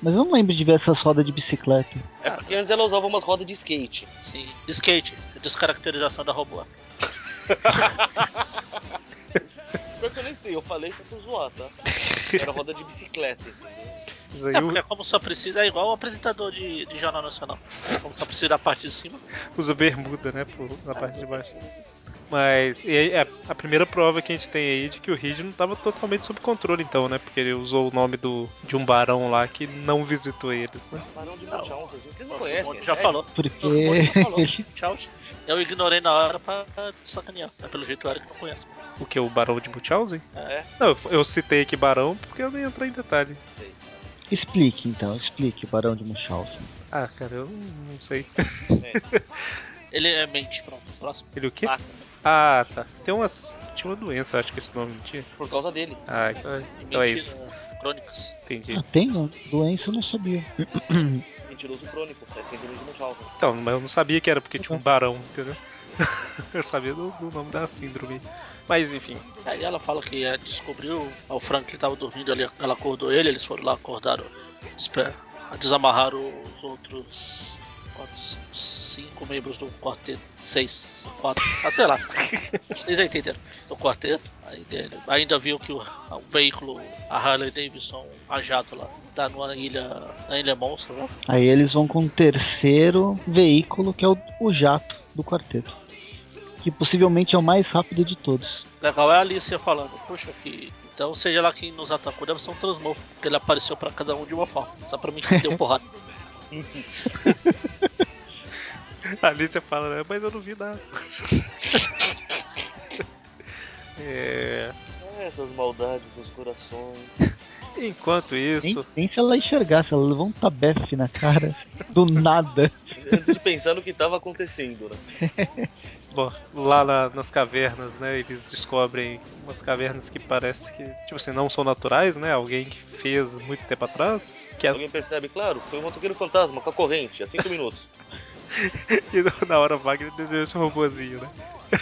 C: mas eu não lembro de ver essas rodas de bicicleta.
D: É
B: Ah,
D: porque antes ela usava umas rodas de skate.
B: Sim. Skate, descaracterização da robô.
D: Pior que eu nem sei, eu falei só pra zoar,
B: [laughs]
D: tá? Era roda de bicicleta, entendeu?
A: Mas aí
B: É,
A: o-
B: porque como só precisa, é igual o apresentador de, de Jornal Nacional. Como só precisa da parte de cima,
A: usa bermuda, né? Por, na parte de baixo. Mas e aí, é a primeira prova que a gente tem aí de que o Ridge não estava totalmente sob controle, então, né? Porque ele usou o nome do, de um barão lá que não visitou eles, né?
D: Barão de Munchausen, gente. Vocês não
B: O
D: conhecem,
B: Monte
D: é
B: já
D: sério?
B: falou.
C: Porque
B: O Monte já
A: [laughs]
B: falou.
C: ele-
B: Tchau. Eu ignorei na hora pra sacanear. Mas pelo jeito o Eric não conhece.
A: O que? O barão de Munchausen?
D: É,
A: Não, eu- eu citei aqui barão porque eu não ia entrar em detalhe.
D: sei.
C: Explique então, explique o Barão de Munchausen.
A: Ah, cara, eu não não sei.
B: Ele é mente, pronto. Próximo.
A: Ele o quê?
D: Marcas.
A: Ah, tá. Tem umas. Tinha uma doença, acho que esse nome não tinha.
D: Por causa dele.
A: Ah, então, então é isso.
B: Crônicas.
A: Entendi.
C: Ah, tem ó, doença, eu não sabia.
D: Mentiroso crônico. É síndrome de Munchausen.
A: Então, mas eu não sabia que era porque tinha um barão, entendeu? [laughs] eu sabia do, do nome da síndrome. Mas enfim.
B: Aí ela fala que é, descobriu ó, o Frank que tava dormindo ali, ela acordou ele, eles foram lá, acordaram, espe- desamarraram os outros quatro, cinco, cinco membros do quarteto, seis, quatro, ah, sei lá, vocês já entenderam, do quarteto, aí dele- ainda viu que o, o veículo, a Harley Davidson, a jato lá, tá numa ilha, na ilha monstro, né?
C: Aí eles vão com o terceiro veículo, que é o, o jato do quarteto. Que possivelmente é o mais rápido de todos.
B: Legal é a Alicia falando, puxa que. Então seja lá quem nos atacou, deve ser um transmorfo, porque ele apareceu pra cada um de uma forma. Só pra mim que deu porrada.
A: [laughs] A Alicia fala, né? Mas eu não vi nada. É,
D: É, essas maldades nos corações.
A: enquanto
C: Nem,
A: isso.
C: nem se ela enxergasse, ela levou um tabefe na cara, do
B: [laughs]
C: nada.
D: Antes de pensar no que tava acontecendo, né?
A: Bom, lá na- nas cavernas, né, eles descobrem umas cavernas que parece que, tipo assim, não são naturais, né? Alguém que fez muito tempo atrás, que é-
D: Alguém percebe? Claro, foi um motoqueiro fantasma com a corrente, há [laughs] 5 minutos.
A: [laughs] e na hora Wagner desenhou esse robozinho, né? [laughs]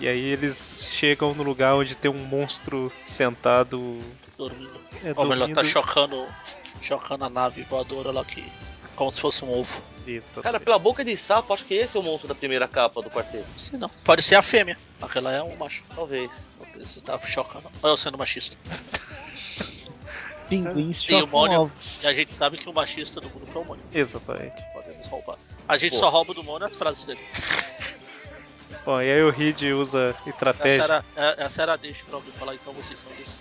A: E aí eles chegam no lugar onde tem um monstro sentado,
B: Dormindo.
A: é,
B: Ou melhor, tá
A: dormindo.
B: chocando, chocando a nave voadora lá que. Como se fosse um ovo.
A: Isso,
D: Cara, pela boca de sapo, acho que esse é o monstro da primeira capa do quarteto.
B: Se não. Pode ser a fêmea. Aquela é um macho.
D: Talvez.
B: Você tá chocando. Olha eu sendo machista.
C: Pinguins
B: E o
C: chocam
B: Mônio?
C: ovos.
B: E a gente sabe que o machista do grupo é o Mônio.
A: exatamente.
B: Podemos roubar. A gente
D: Pô.
B: só rouba do Mônio as frases dele.
A: Bom, e aí o Reed usa
B: Essa
A: estratégia.
B: era, é- essa era a deixa pra alguém falar, então vocês são desses.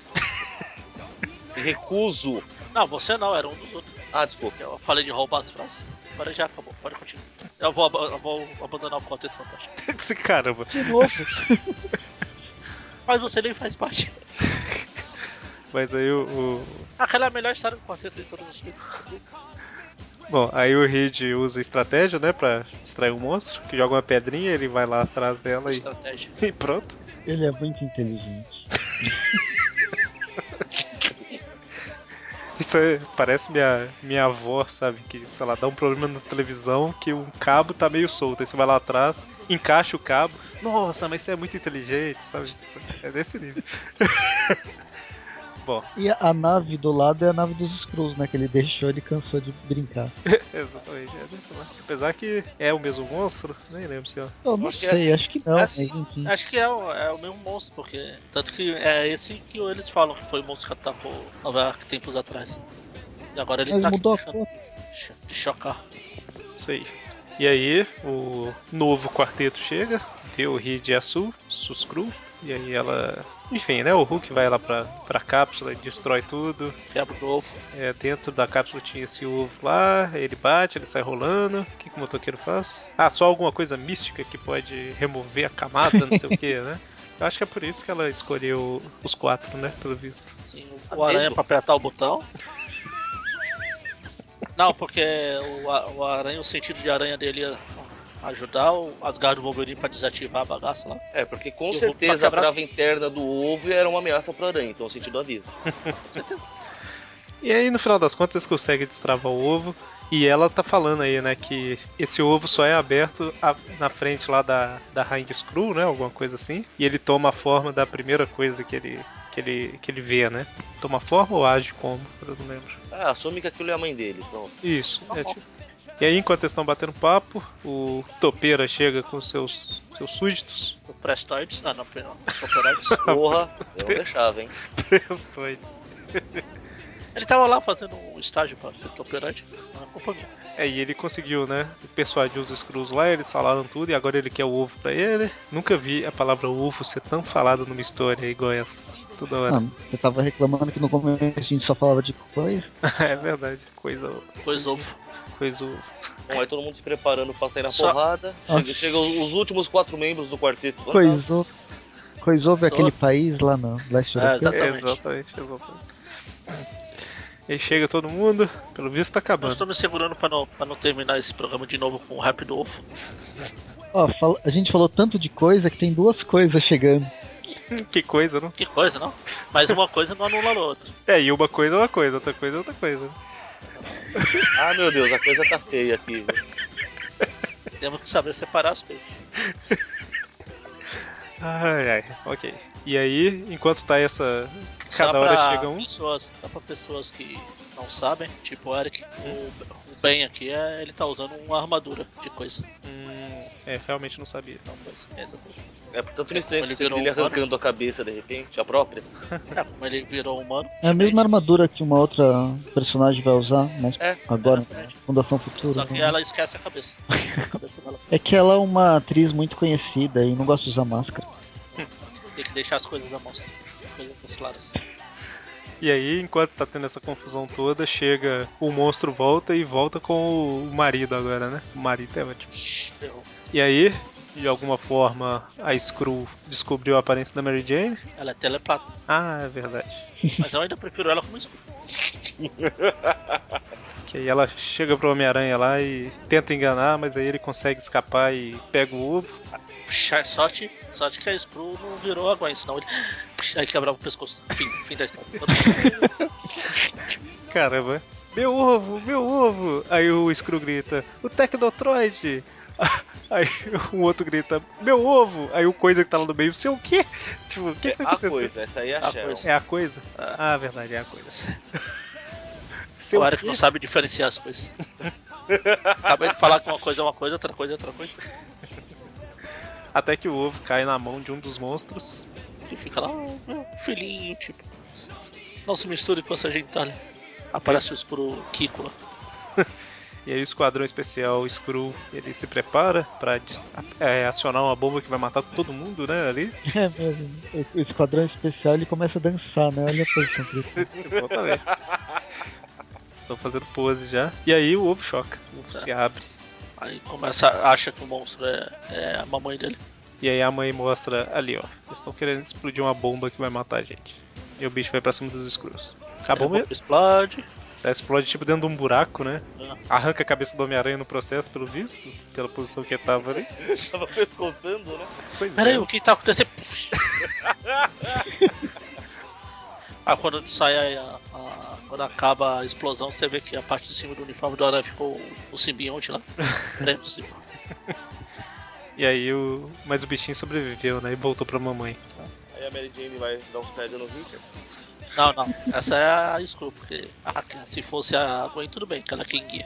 D: Recuso.
B: Não, você não, era um dos outros.
D: Ah, desculpa.
B: Eu falei de roubar as frases. Agora já acabou, pode continuar. Eu vou, ab- eu vou abandonar o Quarteto Fantástico.
A: [laughs] Caramba.
C: De novo.
B: Mas você nem faz parte. [laughs]
A: Mas aí o- o,
B: Aquela é a melhor história do Quarteto de todos os tempos.
A: Bom, aí o Reed usa estratégia, né, pra distrair o monstro, que joga uma pedrinha, ele vai lá atrás dela e, [laughs]
B: Estratégia.
A: e pronto.
C: Ele é muito inteligente.
A: Isso aí parece minha, minha avó, sabe, que, sei lá, dá um problema na televisão que um cabo tá meio solto, aí você vai lá atrás, encaixa o cabo, nossa, mas você é muito inteligente, sabe, é desse nível. [laughs] Bom,
C: E a nave do lado é a nave dos Skrulls, né? Que ele deixou, ele cansou de brincar.
A: exatamente, é, deixa lá. Apesar que é o mesmo monstro, nem lembro se é.
C: Eu não
D: Acho que
C: sei,
D: é assim.
C: acho que não,
B: É
C: mas
B: assim.
C: enfim.
B: Acho que é, o- é o mesmo monstro, porque. Tanto que é esse que eles falam que foi o monstro que atacou Nova York tempos atrás. E agora ele
C: Mas
B: tá aqui
C: mudou a
B: deixando de- de chocar.
A: Isso aí. E aí, o novo quarteto chega, vê o Reed e a Su, Suscru, e aí ela. Enfim, né? O Hulk vai lá pra, pra cápsula e destrói tudo.
B: Quebra o ovo.
A: É, dentro da cápsula tinha esse ovo lá, ele bate, ele sai rolando. O que, que o motoqueiro faz? Ah, só alguma coisa mística que pode remover a camada, não sei o que, né? Eu acho que é por isso que ela escolheu os quatro, né? Pelo visto.
B: Sim, assim, o,
D: Tá
B: o aranha
D: medo?
B: pra apertar o botão. Não, porque o, a- o aranha, o sentido de aranha dele ia ajudar o Asgard e o Wolverine pra desativar a bagaça lá.
D: É, porque com
B: E o Hulk
D: certeza
B: tá
D: a
B: quebrado.
D: trava interna do ovo era uma ameaça pro aranha, então o sentido avisa.
B: Com certeza.
A: E aí, no final das contas, eles conseguem destravar o ovo. E ela tá falando aí, né, que esse ovo só é aberto a- na frente lá da, da Rainha Screw, né, alguma coisa assim. E ele toma a forma da primeira coisa que ele, que ele, que ele vê, né. Toma forma ou age como? Eu não lembro.
D: Ah, assume que aquilo é a mãe dele, [laughs] pronto.
A: Isso,
B: Tá
A: é
B: bom.
A: tipo- E aí, enquanto eles estão batendo papo, o Topeira chega com seus, seus súditos. [laughs]
B: O Prestoides. Ah, não, perdão. Operoides.
D: Porra, eu não deixava, hein?
A: Prestoides.
B: Ele tava lá fazendo um estágio pra ser operante na companhia.
A: É, e ele conseguiu, né? Persuadir os Skrulls lá, eles falaram tudo e agora ele quer o ovo pra ele. Nunca vi a palavra ovo ser tão falada numa história igual essa. Toda hora.
C: Ah, eu tava reclamando que no começo a gente só falava de coisa.
A: [laughs] é verdade. Coisa,
B: Pois ovo.
A: coisa ovo.
D: Bom, aí todo mundo se preparando pra sair na
B: Só-
D: porrada.
C: Ah.
D: Chega, chega os últimos quatro membros do quarteto.
C: Coisou. Coisou é aquele país lá no leste
B: É,
C: europeu.
B: Exatamente.
A: exatamente, exatamente. E chega todo mundo, pelo visto tá
B: Eu
A: acabando.
B: estou me segurando pra não, pra não terminar esse programa de novo com um o rap do ovo.
C: Ó, fala- a gente falou tanto de coisa que tem duas coisas chegando.
A: que coisa, não?
B: Que coisa, não? Mas uma coisa não anula a outra.
A: É, e uma coisa é uma coisa, outra coisa é outra coisa.
D: Ah, meu Deus, a coisa tá feia aqui.
B: Temos que saber separar as coisas.
A: Ai, ai, ok. E aí, enquanto tá essa. Cada
B: Dá
A: hora
B: pra
A: chega um.
B: Pessoas, dá pra pessoas que não sabem, tipo o Eric,
A: Hum.
B: o, o Ben aqui, é, ele tá usando uma armadura de coisa.
A: Hum, é, realmente não sabia.
B: Não, coisa. É, exatamente.
D: É portanto não estranho
B: Ele
D: você
B: virou
D: dele
B: um humano?
D: arrancando a cabeça de repente, a própria.
B: É, como ele virou humano.
C: É a mesma armadura que uma outra personagem vai usar, mas
D: É,
C: agora,
B: exatamente.
C: Fundação Futura. né?
B: Só que ela esquece
A: [laughs]
B: a cabeça. A cabeça dela.
C: É que ela é uma atriz muito conhecida e não gosta de usar máscara.
B: Tem que deixar as coisas à mostra. As coisas claras.
A: E aí, enquanto tá tendo essa confusão toda, chega o monstro volta e volta com o marido agora, né? O marido é ótimo.
B: Shhh, ferrou.
A: E aí, de alguma forma, a Screw descobriu a aparência da Mary Jane.
B: Ela é telepata.
A: Ah, é verdade.
B: Mas eu ainda prefiro ela como escudo.
A: Que aí ela chega pro Homem-Aranha lá e tenta enganar, mas aí ele consegue escapar e pega o ovo.
B: Puxa, é sorte, sorte que a Screw não virou a Gwen, senão ele. Puxa, aí quebrava o pescoço. Fim, fim da história.
A: Caramba. Meu ovo, meu ovo! Aí o Screw grita, o Tecnotroid! [laughs] Aí o outro grita, meu ovo! Aí o coisa que tá lá no meio, você o quê? Tipo, o que, que tá
D: É, a
A: acontecendo?
D: coisa, essa aí é
B: A
D: a Sharon.
B: coisa.
A: É a coisa? Ah, verdade, é a
B: [laughs]
A: coisa. Seu
B: O Eric não sabe diferenciar as coisas. Acabei de falar que uma coisa é uma coisa, outra coisa é outra coisa.
A: Até que o ovo cai na mão de um dos monstros.
B: E fica lá, "Ah, meu filhinho, tipo. Não se misture com essa gentalha. Aparece o escuro Kiko lá.
A: E aí o esquadrão especial Screw ele se prepara pra dis- é, acionar uma bomba que vai matar todo mundo, né? Ali.
C: É mesmo. O- O esquadrão especial ele começa a dançar, né? Olha a posição que ele
B: [laughs]
C: tá.
A: Exatamente. Estão fazendo pose já. E aí o ovo choca. O ovo
B: Tá.
A: se abre.
B: Aí começa, acha que o monstro é, é a mamãe dele.
A: E aí a mãe mostra ali, ó. Eles estão querendo explodir uma bomba que vai matar a gente. E o bicho vai pra cima dos Screws. A
B: Aí
A: bomba
B: explode.
A: já explode tipo dentro de um buraco, né?
B: Ah.
A: Arranca a cabeça do Homem-Aranha no processo, pelo visto, pela posição que ele tava ali.
D: [laughs] Tava pescoçando, né?
A: Pois
B: Peraí,
A: é.
B: o que tá [laughs] acontecendo? Puxa. ah, quando sai a, a- Quando acaba a explosão, você vê que a parte de cima do uniforme do Aranha ficou o simbionte lá. Preto, assim.
A: E aí o. Mas o bichinho sobreviveu, né? E voltou pra mamãe.
D: Aí a Mary Jane vai dar uns pega no Richards.
B: Não, não. Essa é a Screw, porque a- se fosse a Gwen, tudo bem, que ela é quem guia.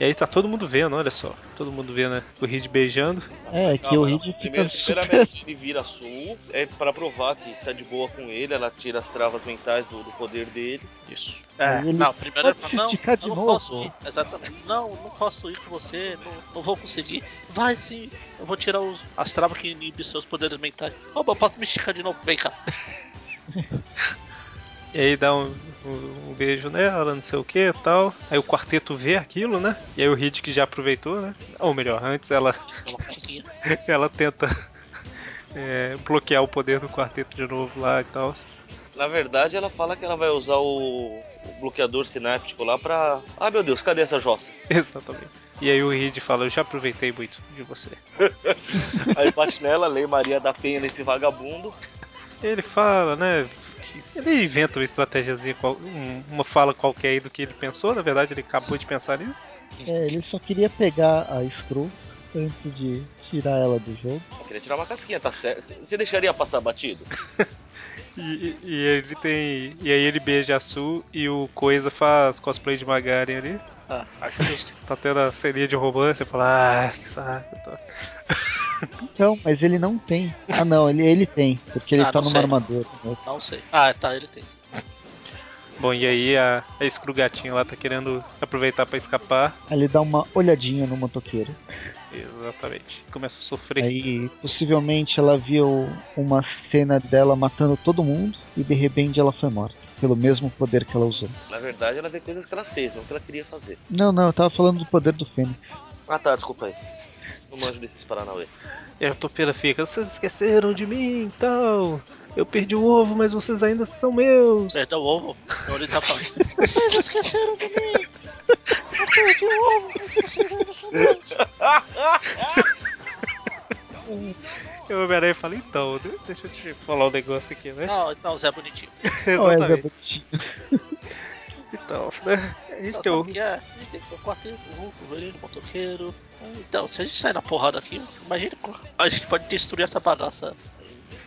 A: E aí tá todo mundo vendo, olha só. Todo mundo vendo né? o Reed beijando.
C: É, que
D: Calma,
C: o
D: não.
C: Reed fica
D: Primeiro, primeiro a Mary Jane vira sul, é pra provar que tá de boa com ele, ela tira as travas mentais do, do poder dele.
A: Isso.
B: É,
C: Aí ele
B: não, primeiro ele
C: pode
B: fala,
C: se
B: não,
C: esticar de
B: eu não
C: novo.
B: posso ir, exatamente, não, não posso ir com você, não, não vou conseguir, vai sim, eu vou tirar os, as travas que inibem seus poderes mentais, opa, eu posso me esticar de novo, vem cá,
A: E aí dá um, um- um beijo nela, não sei o que e tal. Aí o quarteto vê aquilo, né? E aí o Reed que já aproveitou, né? Ou melhor, antes ela, [laughs]
B: É uma casquinha,
A: ela tenta [laughs] é, bloquear o poder do quarteto de novo lá e tal. [laughs]
D: Na verdade, ela fala que ela vai usar o, o bloqueador sináptico lá pra. Ah, meu Deus, cadê essa jossa?
A: Exatamente. E aí o Reed fala, eu já aproveitei muito de você.
D: Aí bate nela, lei Maria da Penha nesse vagabundo.
A: Ele fala, né? que- Ele inventa uma estratégiazinha, qual- um- uma fala qualquer aí do que ele pensou, na verdade ele acabou de pensar nisso.
C: É, ele só queria pegar a Screw antes de tirar ela do jogo.
D: Só queria tirar uma casquinha, tá certo? C- Você deixaria passar batido?
A: E, e- e ele tem. E aí ele beija a Su e o Coisa faz cosplay de Magaren ali.
B: ah, acho justo,
A: Tá tendo a seria de romance e fala, ah, que saco. Tá.
C: Então, mas ele não tem. Ah, não, ele, ele tem, porque ele
B: Ah,
C: tá
B: não
C: numa
B: sei.
C: armadura. né?
B: Não sei. Ah, tá, ele tem.
A: Bom, e aí a, a escrugatinho lá tá querendo aproveitar pra escapar.
C: Aí Ele dá uma olhadinha no motoqueiro.
A: Exatamente. Começa a sofrer.
C: Aí, possivelmente, ela viu uma cena dela matando todo mundo e de repente ela foi morta. Pelo mesmo poder que ela usou.
D: Na verdade, ela vê coisas que ela fez, não que ela queria fazer.
C: Não, não, eu tava falando do poder do Fênix.
D: Ah, tá, desculpa aí. Não manjo desses Paranauê.
A: E a topeira fica, vocês esqueceram de mim e tal. Eu perdi o ovo, mas vocês ainda são meus.
B: Perdeu o ovo. Então ele tá falando. [laughs] Vocês esqueceram de mim! Eu perdi o ovo, vocês esqueceram de mim!
A: Eu me aranha e falo, então, de- deixa eu te falar um negócio aqui, né?
B: [laughs]
A: [laughs]
C: Ah,
B: Não, então o Zé é Bonitinho.
C: Não é, Zé
A: Exatamente.
C: Bonitinho.
A: Então, né? A gente tem
B: Então,
A: o
B: sabe o que é? A gente tem o quarteto, o Hulk, o Wolverine, o motoqueiro. Então, se a gente sair na porrada aqui, imagina co- a gente pode destruir essa bagaça.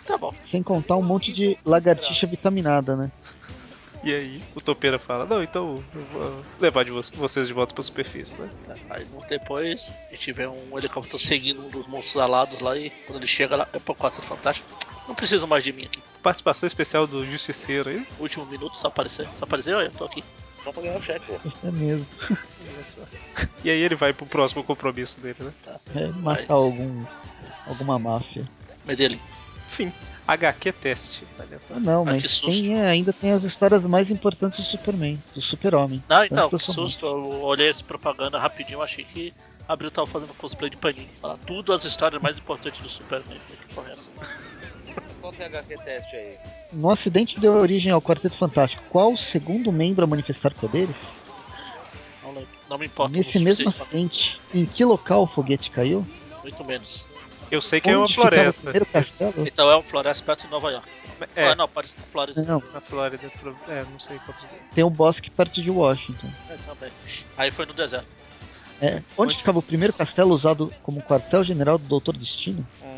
B: Tá bom.
C: Sem contar um monte de lagartixa vitaminada, né?
A: E aí o topeira fala, não, então eu vou levar de vo- vocês de volta pra superfície, né?
B: Aí um depois a gente vê um helicóptero seguindo um dos monstros alados lá e quando ele chega lá, é pro quarteto fantástico. Não preciso mais de mim aqui.
A: Participação especial do Justiceiro aí.
B: Último minuto, só aparecer. Só aparecer, olha, eu tô aqui.
D: Só pra ganhar o cheque, pô.
C: É mesmo.
A: Olha só. E aí ele vai pro próximo compromisso dele, né?
C: É
B: Mas-
C: matar algum, alguma máfia.
B: Medellín.
A: Enfim, HQ teste. Olha só.
C: Ah, não,
B: Ah,
C: mas
B: que susto.
C: tem, é, ainda tem as histórias mais importantes do Superman, do Super-Homem.
B: Não, então,
C: Tanto
B: que
C: que eu sou
B: susto. Eu olhei essa propaganda rapidinho, achei que Abril tava fazendo cosplay de Panini. Fala tudo as histórias mais importantes do Superman. Falei, Que porra é essa?
D: Qual que é HQ teste aí?
C: No acidente deu origem ao Quarteto Fantástico. Qual o segundo membro a manifestar poderes?
B: Não lembro. Não me importa.
C: Nesse
B: o
C: mesmo
B: suficiente,
C: acidente, em que local o foguete caiu?
B: Muito menos.
A: Eu sei que é uma
C: Onde ficava o
A: floresta.
C: primeiro castelo?
B: Então é um floresta perto de Nova York.
A: É,
B: Ah, não, parece que é Flórida
C: Não,
A: na Flórida. pro- É, não sei quantos.
C: tem um bosque perto de Washington.
B: é, também. Aí foi no deserto.
C: É, onde,
A: Onde?
C: ficava o primeiro castelo usado como quartel-general do Doutor Destino?
A: Hum,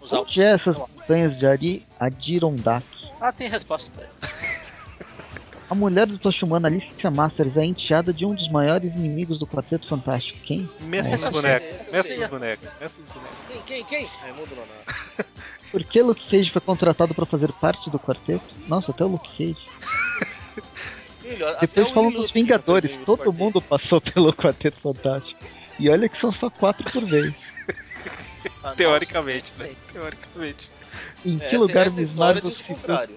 B: Nos Alpes.
C: Onde é essas
B: Tá bom.
C: montanhas de Ari Adirondack?
B: Ah, tem resposta. velho.
C: A mulher do Toshimana, Alicia Masters, é a enteada de um dos maiores inimigos do Quarteto Fantástico. Quem?
A: Mestre
C: Essa
A: dos
C: eu
D: sei,
A: bonecos.
D: essa eu
A: Mestre
D: sei,
A: dos
D: essa eu
A: bonecos. Mestre dos bonecos.
D: Quem, quem, quem? Raimundo Nonato.
C: Por que Luke Cage foi contratado para fazer parte do quarteto? Nossa, até o Luke Cage.
D: Filho, até
C: Depois
D: o
C: falam
D: Lilo
C: dos
D: tem
C: Vingadores.
D: essa
C: Todo
D: parte
C: mundo passou [laughs] pelo Quarteto Fantástico. E olha que são só quatro por vez.
B: Ah,
A: Teoricamente,
B: nossa,
A: né? Teoricamente.
C: Em
D: aí.
C: que
D: Essa-
C: lugar
D: É, assim, essa
C: Miss
D: história é
C: Marvel
D: diz o
C: se viu
D: contrário.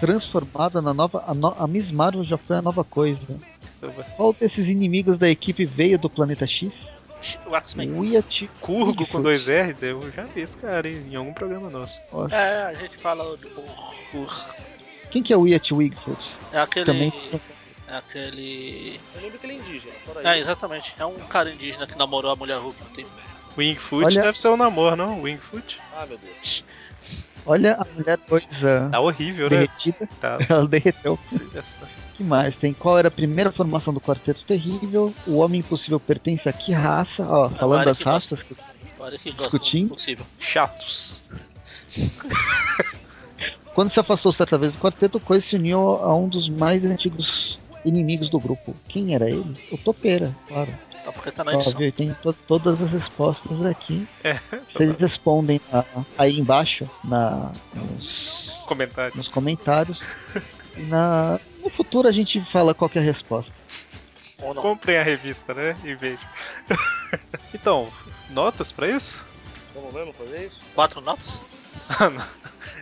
C: transformada na nova. A, no- a Miss Marvel já foi a nova coisa.
A: Então,
C: Qual desses inimigos da equipe veio do planeta X?
B: O X-Men.
C: O Yati.
A: Curgo com dois R's, eu já vi esse cara hein, em algum programa nosso.
B: É, a gente fala do. o- o-
C: Quem que é o Yeti Wigfoot?
B: É aquele.
C: Também.
B: É aquele.
D: Eu lembro que ele é indígena, fora
B: É,
D: isso.
B: exatamente. É um cara indígena que namorou a mulher Hulk um tempo.
A: Wingfoot
C: Olha-
A: deve ser o namoro, não? Wingfoot?
D: Ah, meu Deus.
C: Olha a mulher coisa
A: Tá horrível, né?
C: derretida. [laughs]
A: Tá,
C: Ela derreteu.
A: olha só.
C: que mais? Tem qual era a primeira formação do Quarteto Terrível? O Homem Impossível pertence a que raça? Ó, falando
B: Agora
C: das
B: que gosta.
C: raças, que
B: Olha que é
C: Discutindo.
B: possível.
A: Chatos.
C: Quando se afastou certa vez do quarteto, Coisa se uniu a um dos mais antigos inimigos do grupo. Quem era ele? O Topeira, claro.
B: Tá porque tá na
C: Ó,
B: edição.
C: viu? Tem to- todas as respostas aqui.
A: É,
C: Vocês respondem a- aí embaixo, na- nos,
A: Comentários.
C: nos comentários. E na- no futuro a gente fala qual que é a resposta.
B: Ou não.
A: Comprem a revista, né? E vejam. [laughs] então, notas pra isso?
D: Vamos mesmo fazer isso?
B: Quatro notas?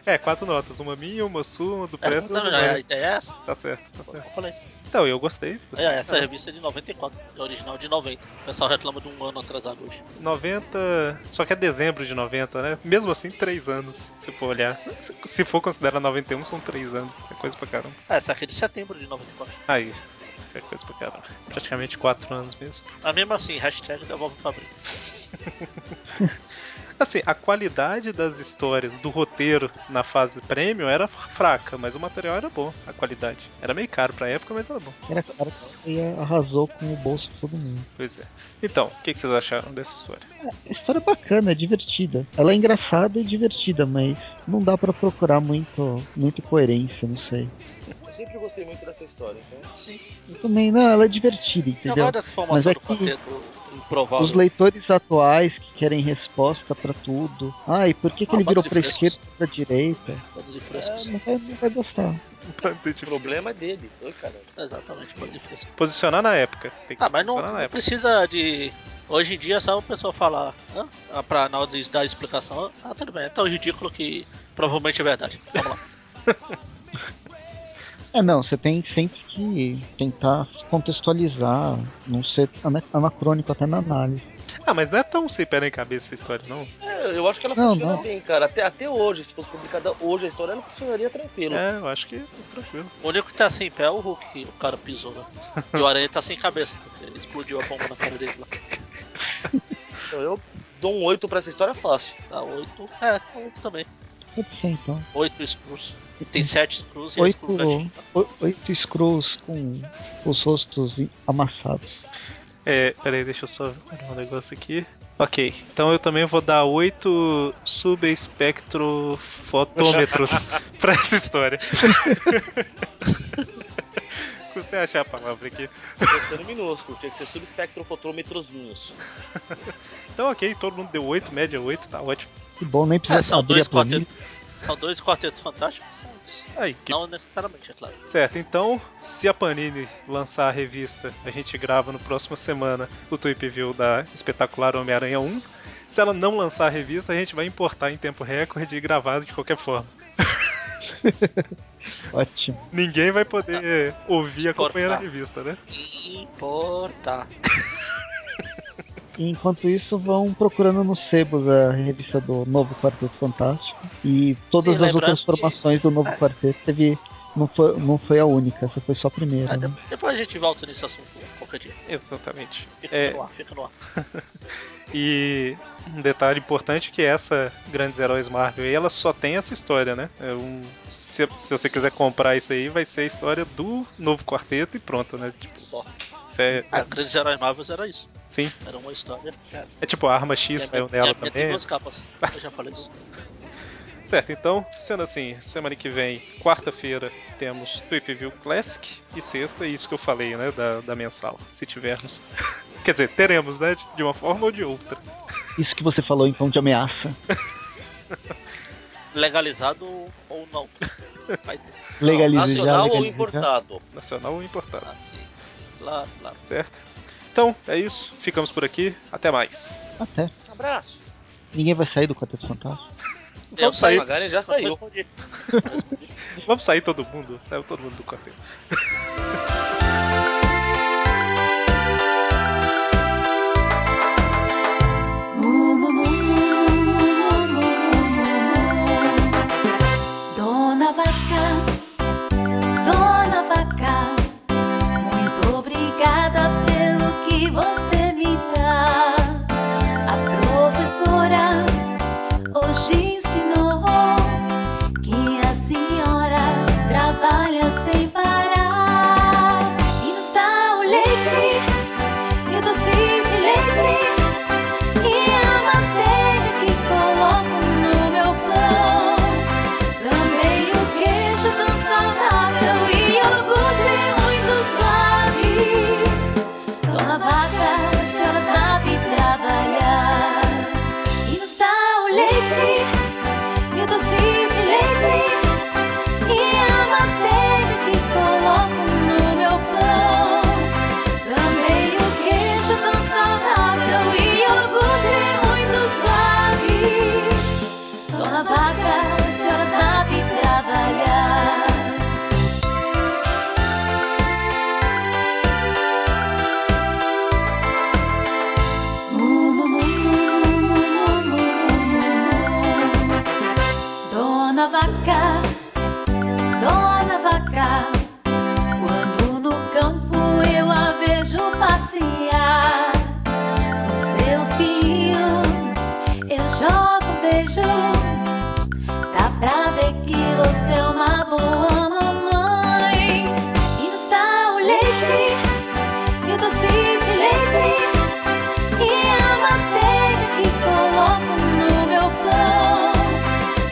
A: é, quatro notas. Uma minha, uma sua, uma do
B: É,
A: Presto.
B: não, não, é, a ideia é essa.
A: Tá certo, tá
B: Foi o
A: certo.
B: que eu falei.
A: Então, eu gostei.
B: É, essa revista é de 94, é original de 90. O pessoal reclama de um ano atrasado hoje.
A: 90. Só que é dezembro de 90, né? Mesmo assim, três anos, se for olhar. Se- Se for considerar 91, são três anos. É coisa pra caramba.
B: É, essa aqui é de setembro de 94.
A: Aí, é coisa pra caramba. Praticamente quatro anos mesmo.
B: Mas mesmo assim, hashtag devolve pra abrir.
A: Assim, a qualidade das histórias, do roteiro na fase premium era fraca, mas o material era bom, a qualidade. Era meio caro pra época, mas era bom.
C: Era claro que ele arrasou com o bolso de todo mundo.
A: Pois é. Então, o que que vocês acharam dessa história? [laughs]
C: A história é bacana, é divertida. Ela é engraçada e divertida, mas não dá pra procurar muito, muito coerência, não sei.
D: Assim, sempre gostei muito dessa história. Então,
B: Sim.
C: Eu também, não, ela é divertida,
B: Eu
C: entendeu?
B: gosto dessa
C: Mas
B: formação
C: é
B: do
C: que-
B: quarteto
C: Os
B: improvável.
C: leitores atuais que querem resposta pra tudo. Ah, e por que, que
B: Ah,
C: ele
B: bando
C: virou
B: de
C: pra
B: frescos.
C: esquerda e pra direita?
B: Bando de
C: É,
B: frescos.
C: não, vai, não vai gostar.
D: o problema é deles. Oi, cara.
B: Exatamente, bando de frescos.
A: Posicionar na época. Tem que
B: Ah,
A: se
B: mas não,
A: posicionar na
B: não
A: época.
B: precisa de. Hoje em dia é só o pessoal falar, hã? Ah, pra na hora de dar explicação, ah, tudo bem, é tão ridículo que provavelmente é verdade. Vamos lá.
C: É, não, você tem sempre que tentar contextualizar, não ser ana- anacrônico até na análise.
A: Ah, mas não é tão sem pé nem cabeça essa história, não.
D: É, eu acho que ela
C: Não,
D: funciona
C: não.
D: bem, cara. Até, até hoje, se fosse publicada hoje a história, ela funcionaria tranquilo.
A: É, eu acho que é tranquilo.
B: O único que tá sem pé é o Hulk, que o cara pisou, né? E o Aranha tá sem cabeça, porque explodiu a bomba na cara dele lá.
D: Então, eu dou um 8 pra essa história fácil.
B: Dá oito. É, oito também.
C: Pode ser, então.
B: Oito screws. Tem sete screws e
C: Oito-
B: screw gatinho.
C: O- Oito scrolls com os rostos em- amassados.
A: É, peraí, deixa eu só olhar um negócio aqui. Ok, então eu também vou dar 8 [laughs] subespectrofotômetros pra essa história. [laughs] Custei achar a palavra aqui.
D: Tinha que ser no minúsculo, tinha que ser subespectrofotômetrozinhos.
A: Então, ok, todo mundo deu 8, média 8, tá ótimo.
C: Que bom, nem
B: É,
C: precisa
B: são
C: abrir a
B: dois
C: planilha.
B: quartetos. São dois quartetos fantásticos. são isso.
A: Aí, que
B: Não necessariamente, é claro.
A: Certo, então, se a Panini lançar a revista, a gente grava no próxima semana o Tweep View da espetacular Homem-Aranha 1. Se ela não lançar a revista, a gente vai importar em tempo recorde e gravar de qualquer forma.
C: Ótimo.
A: Ninguém vai poder ouvir acompanhando a
B: Importar.
A: revista, né?
B: Importa.
C: E enquanto isso, vão procurando nos sebos a revista do Novo Quarteto Fantástico e todas
B: Sim,
C: as
B: lembrando
C: outras
B: que-
C: formações do Novo
B: É.
C: Quarteto teve. Não foi, não foi a única, essa foi só a primeira.
B: Ah,
C: né?
B: de- depois a gente volta nesse assunto qualquer dia.
A: Exatamente.
B: Fica
A: É,
B: no ar, fica no ar.
A: E um detalhe importante é que essa Grandes Heróis Marvel aí, ela só tem essa história, né? É um- se, se você quiser comprar isso aí, vai ser a história do novo quarteto e pronto, né? Tipo,
B: Só.
A: isso é,
B: Ah, Grandes Heróis Marvels era isso.
A: sim,
B: Era uma história. Cara,
A: é tipo a arma X
B: minha-
A: saiu nela
B: minha- minha Tem
A: também.
B: duas capas. Eu
A: [laughs]
B: já falei disso.
A: Certo, então, sendo assim, semana que vem, quarta-feira, temos Tweep View Classic e sexta, é isso que eu falei, né? Da, da mensal, se tivermos. [laughs] Quer dizer, teremos, né? de- De uma forma ou de outra.
C: Isso que você falou então de ameaça.
B: Legalizado ou não. Vai ter.
C: Legalize já,
D: Nacional ou
C: legalize já.
D: importado?
A: Nacional ou importada.
B: Ah, sim, sim. Claro, claro.
A: Certo? Então, é isso. Ficamos por aqui. Até mais.
C: Até.
D: Abraço.
C: Ninguém vai sair do Quarteto Fantástico.
B: Eu
A: sair.
B: saí.
D: Magaren já
B: Saiu.
D: saiu.
B: Respondi.
A: Vamos sair todo mundo. Saiu todo mundo do quarteto.
E: Dona Vaca, Dona Vaca, muito obrigada pelo que você me dá. A professora hoje ensinou que a senhora trabalha sem parar. um é vaca, a senhora sabe trabalhar. E nos dá o leite, e o doce de leite, e a manteiga que coloco no meu pão.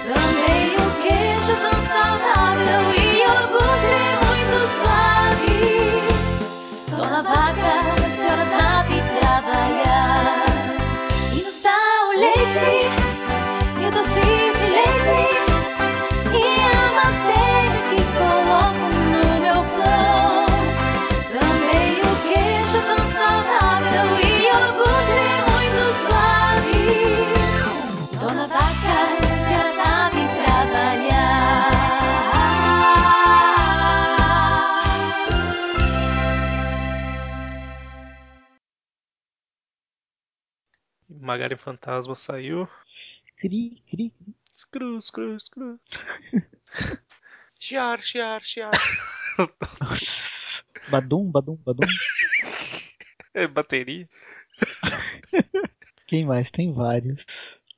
E: Também o queijo tão saudável e iogurte muito suave. Dona Vaca, a senhora sabe trabalhar.
A: Magari Fantasma saiu.
C: Cri, cri, cri.
A: Screw, screw, screw.
D: Chiar, chiar, chiar.
C: Badum, badum, badum.
A: É [laughs] bateria.
C: Quem mais? Tem vários.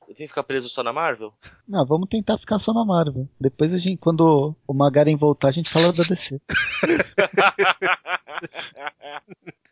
D: Eu tenho que ficar preso só na Marvel?
C: Não, vamos tentar ficar só na Marvel. Depois a gente, quando o Magaren voltar, a gente fala da DC.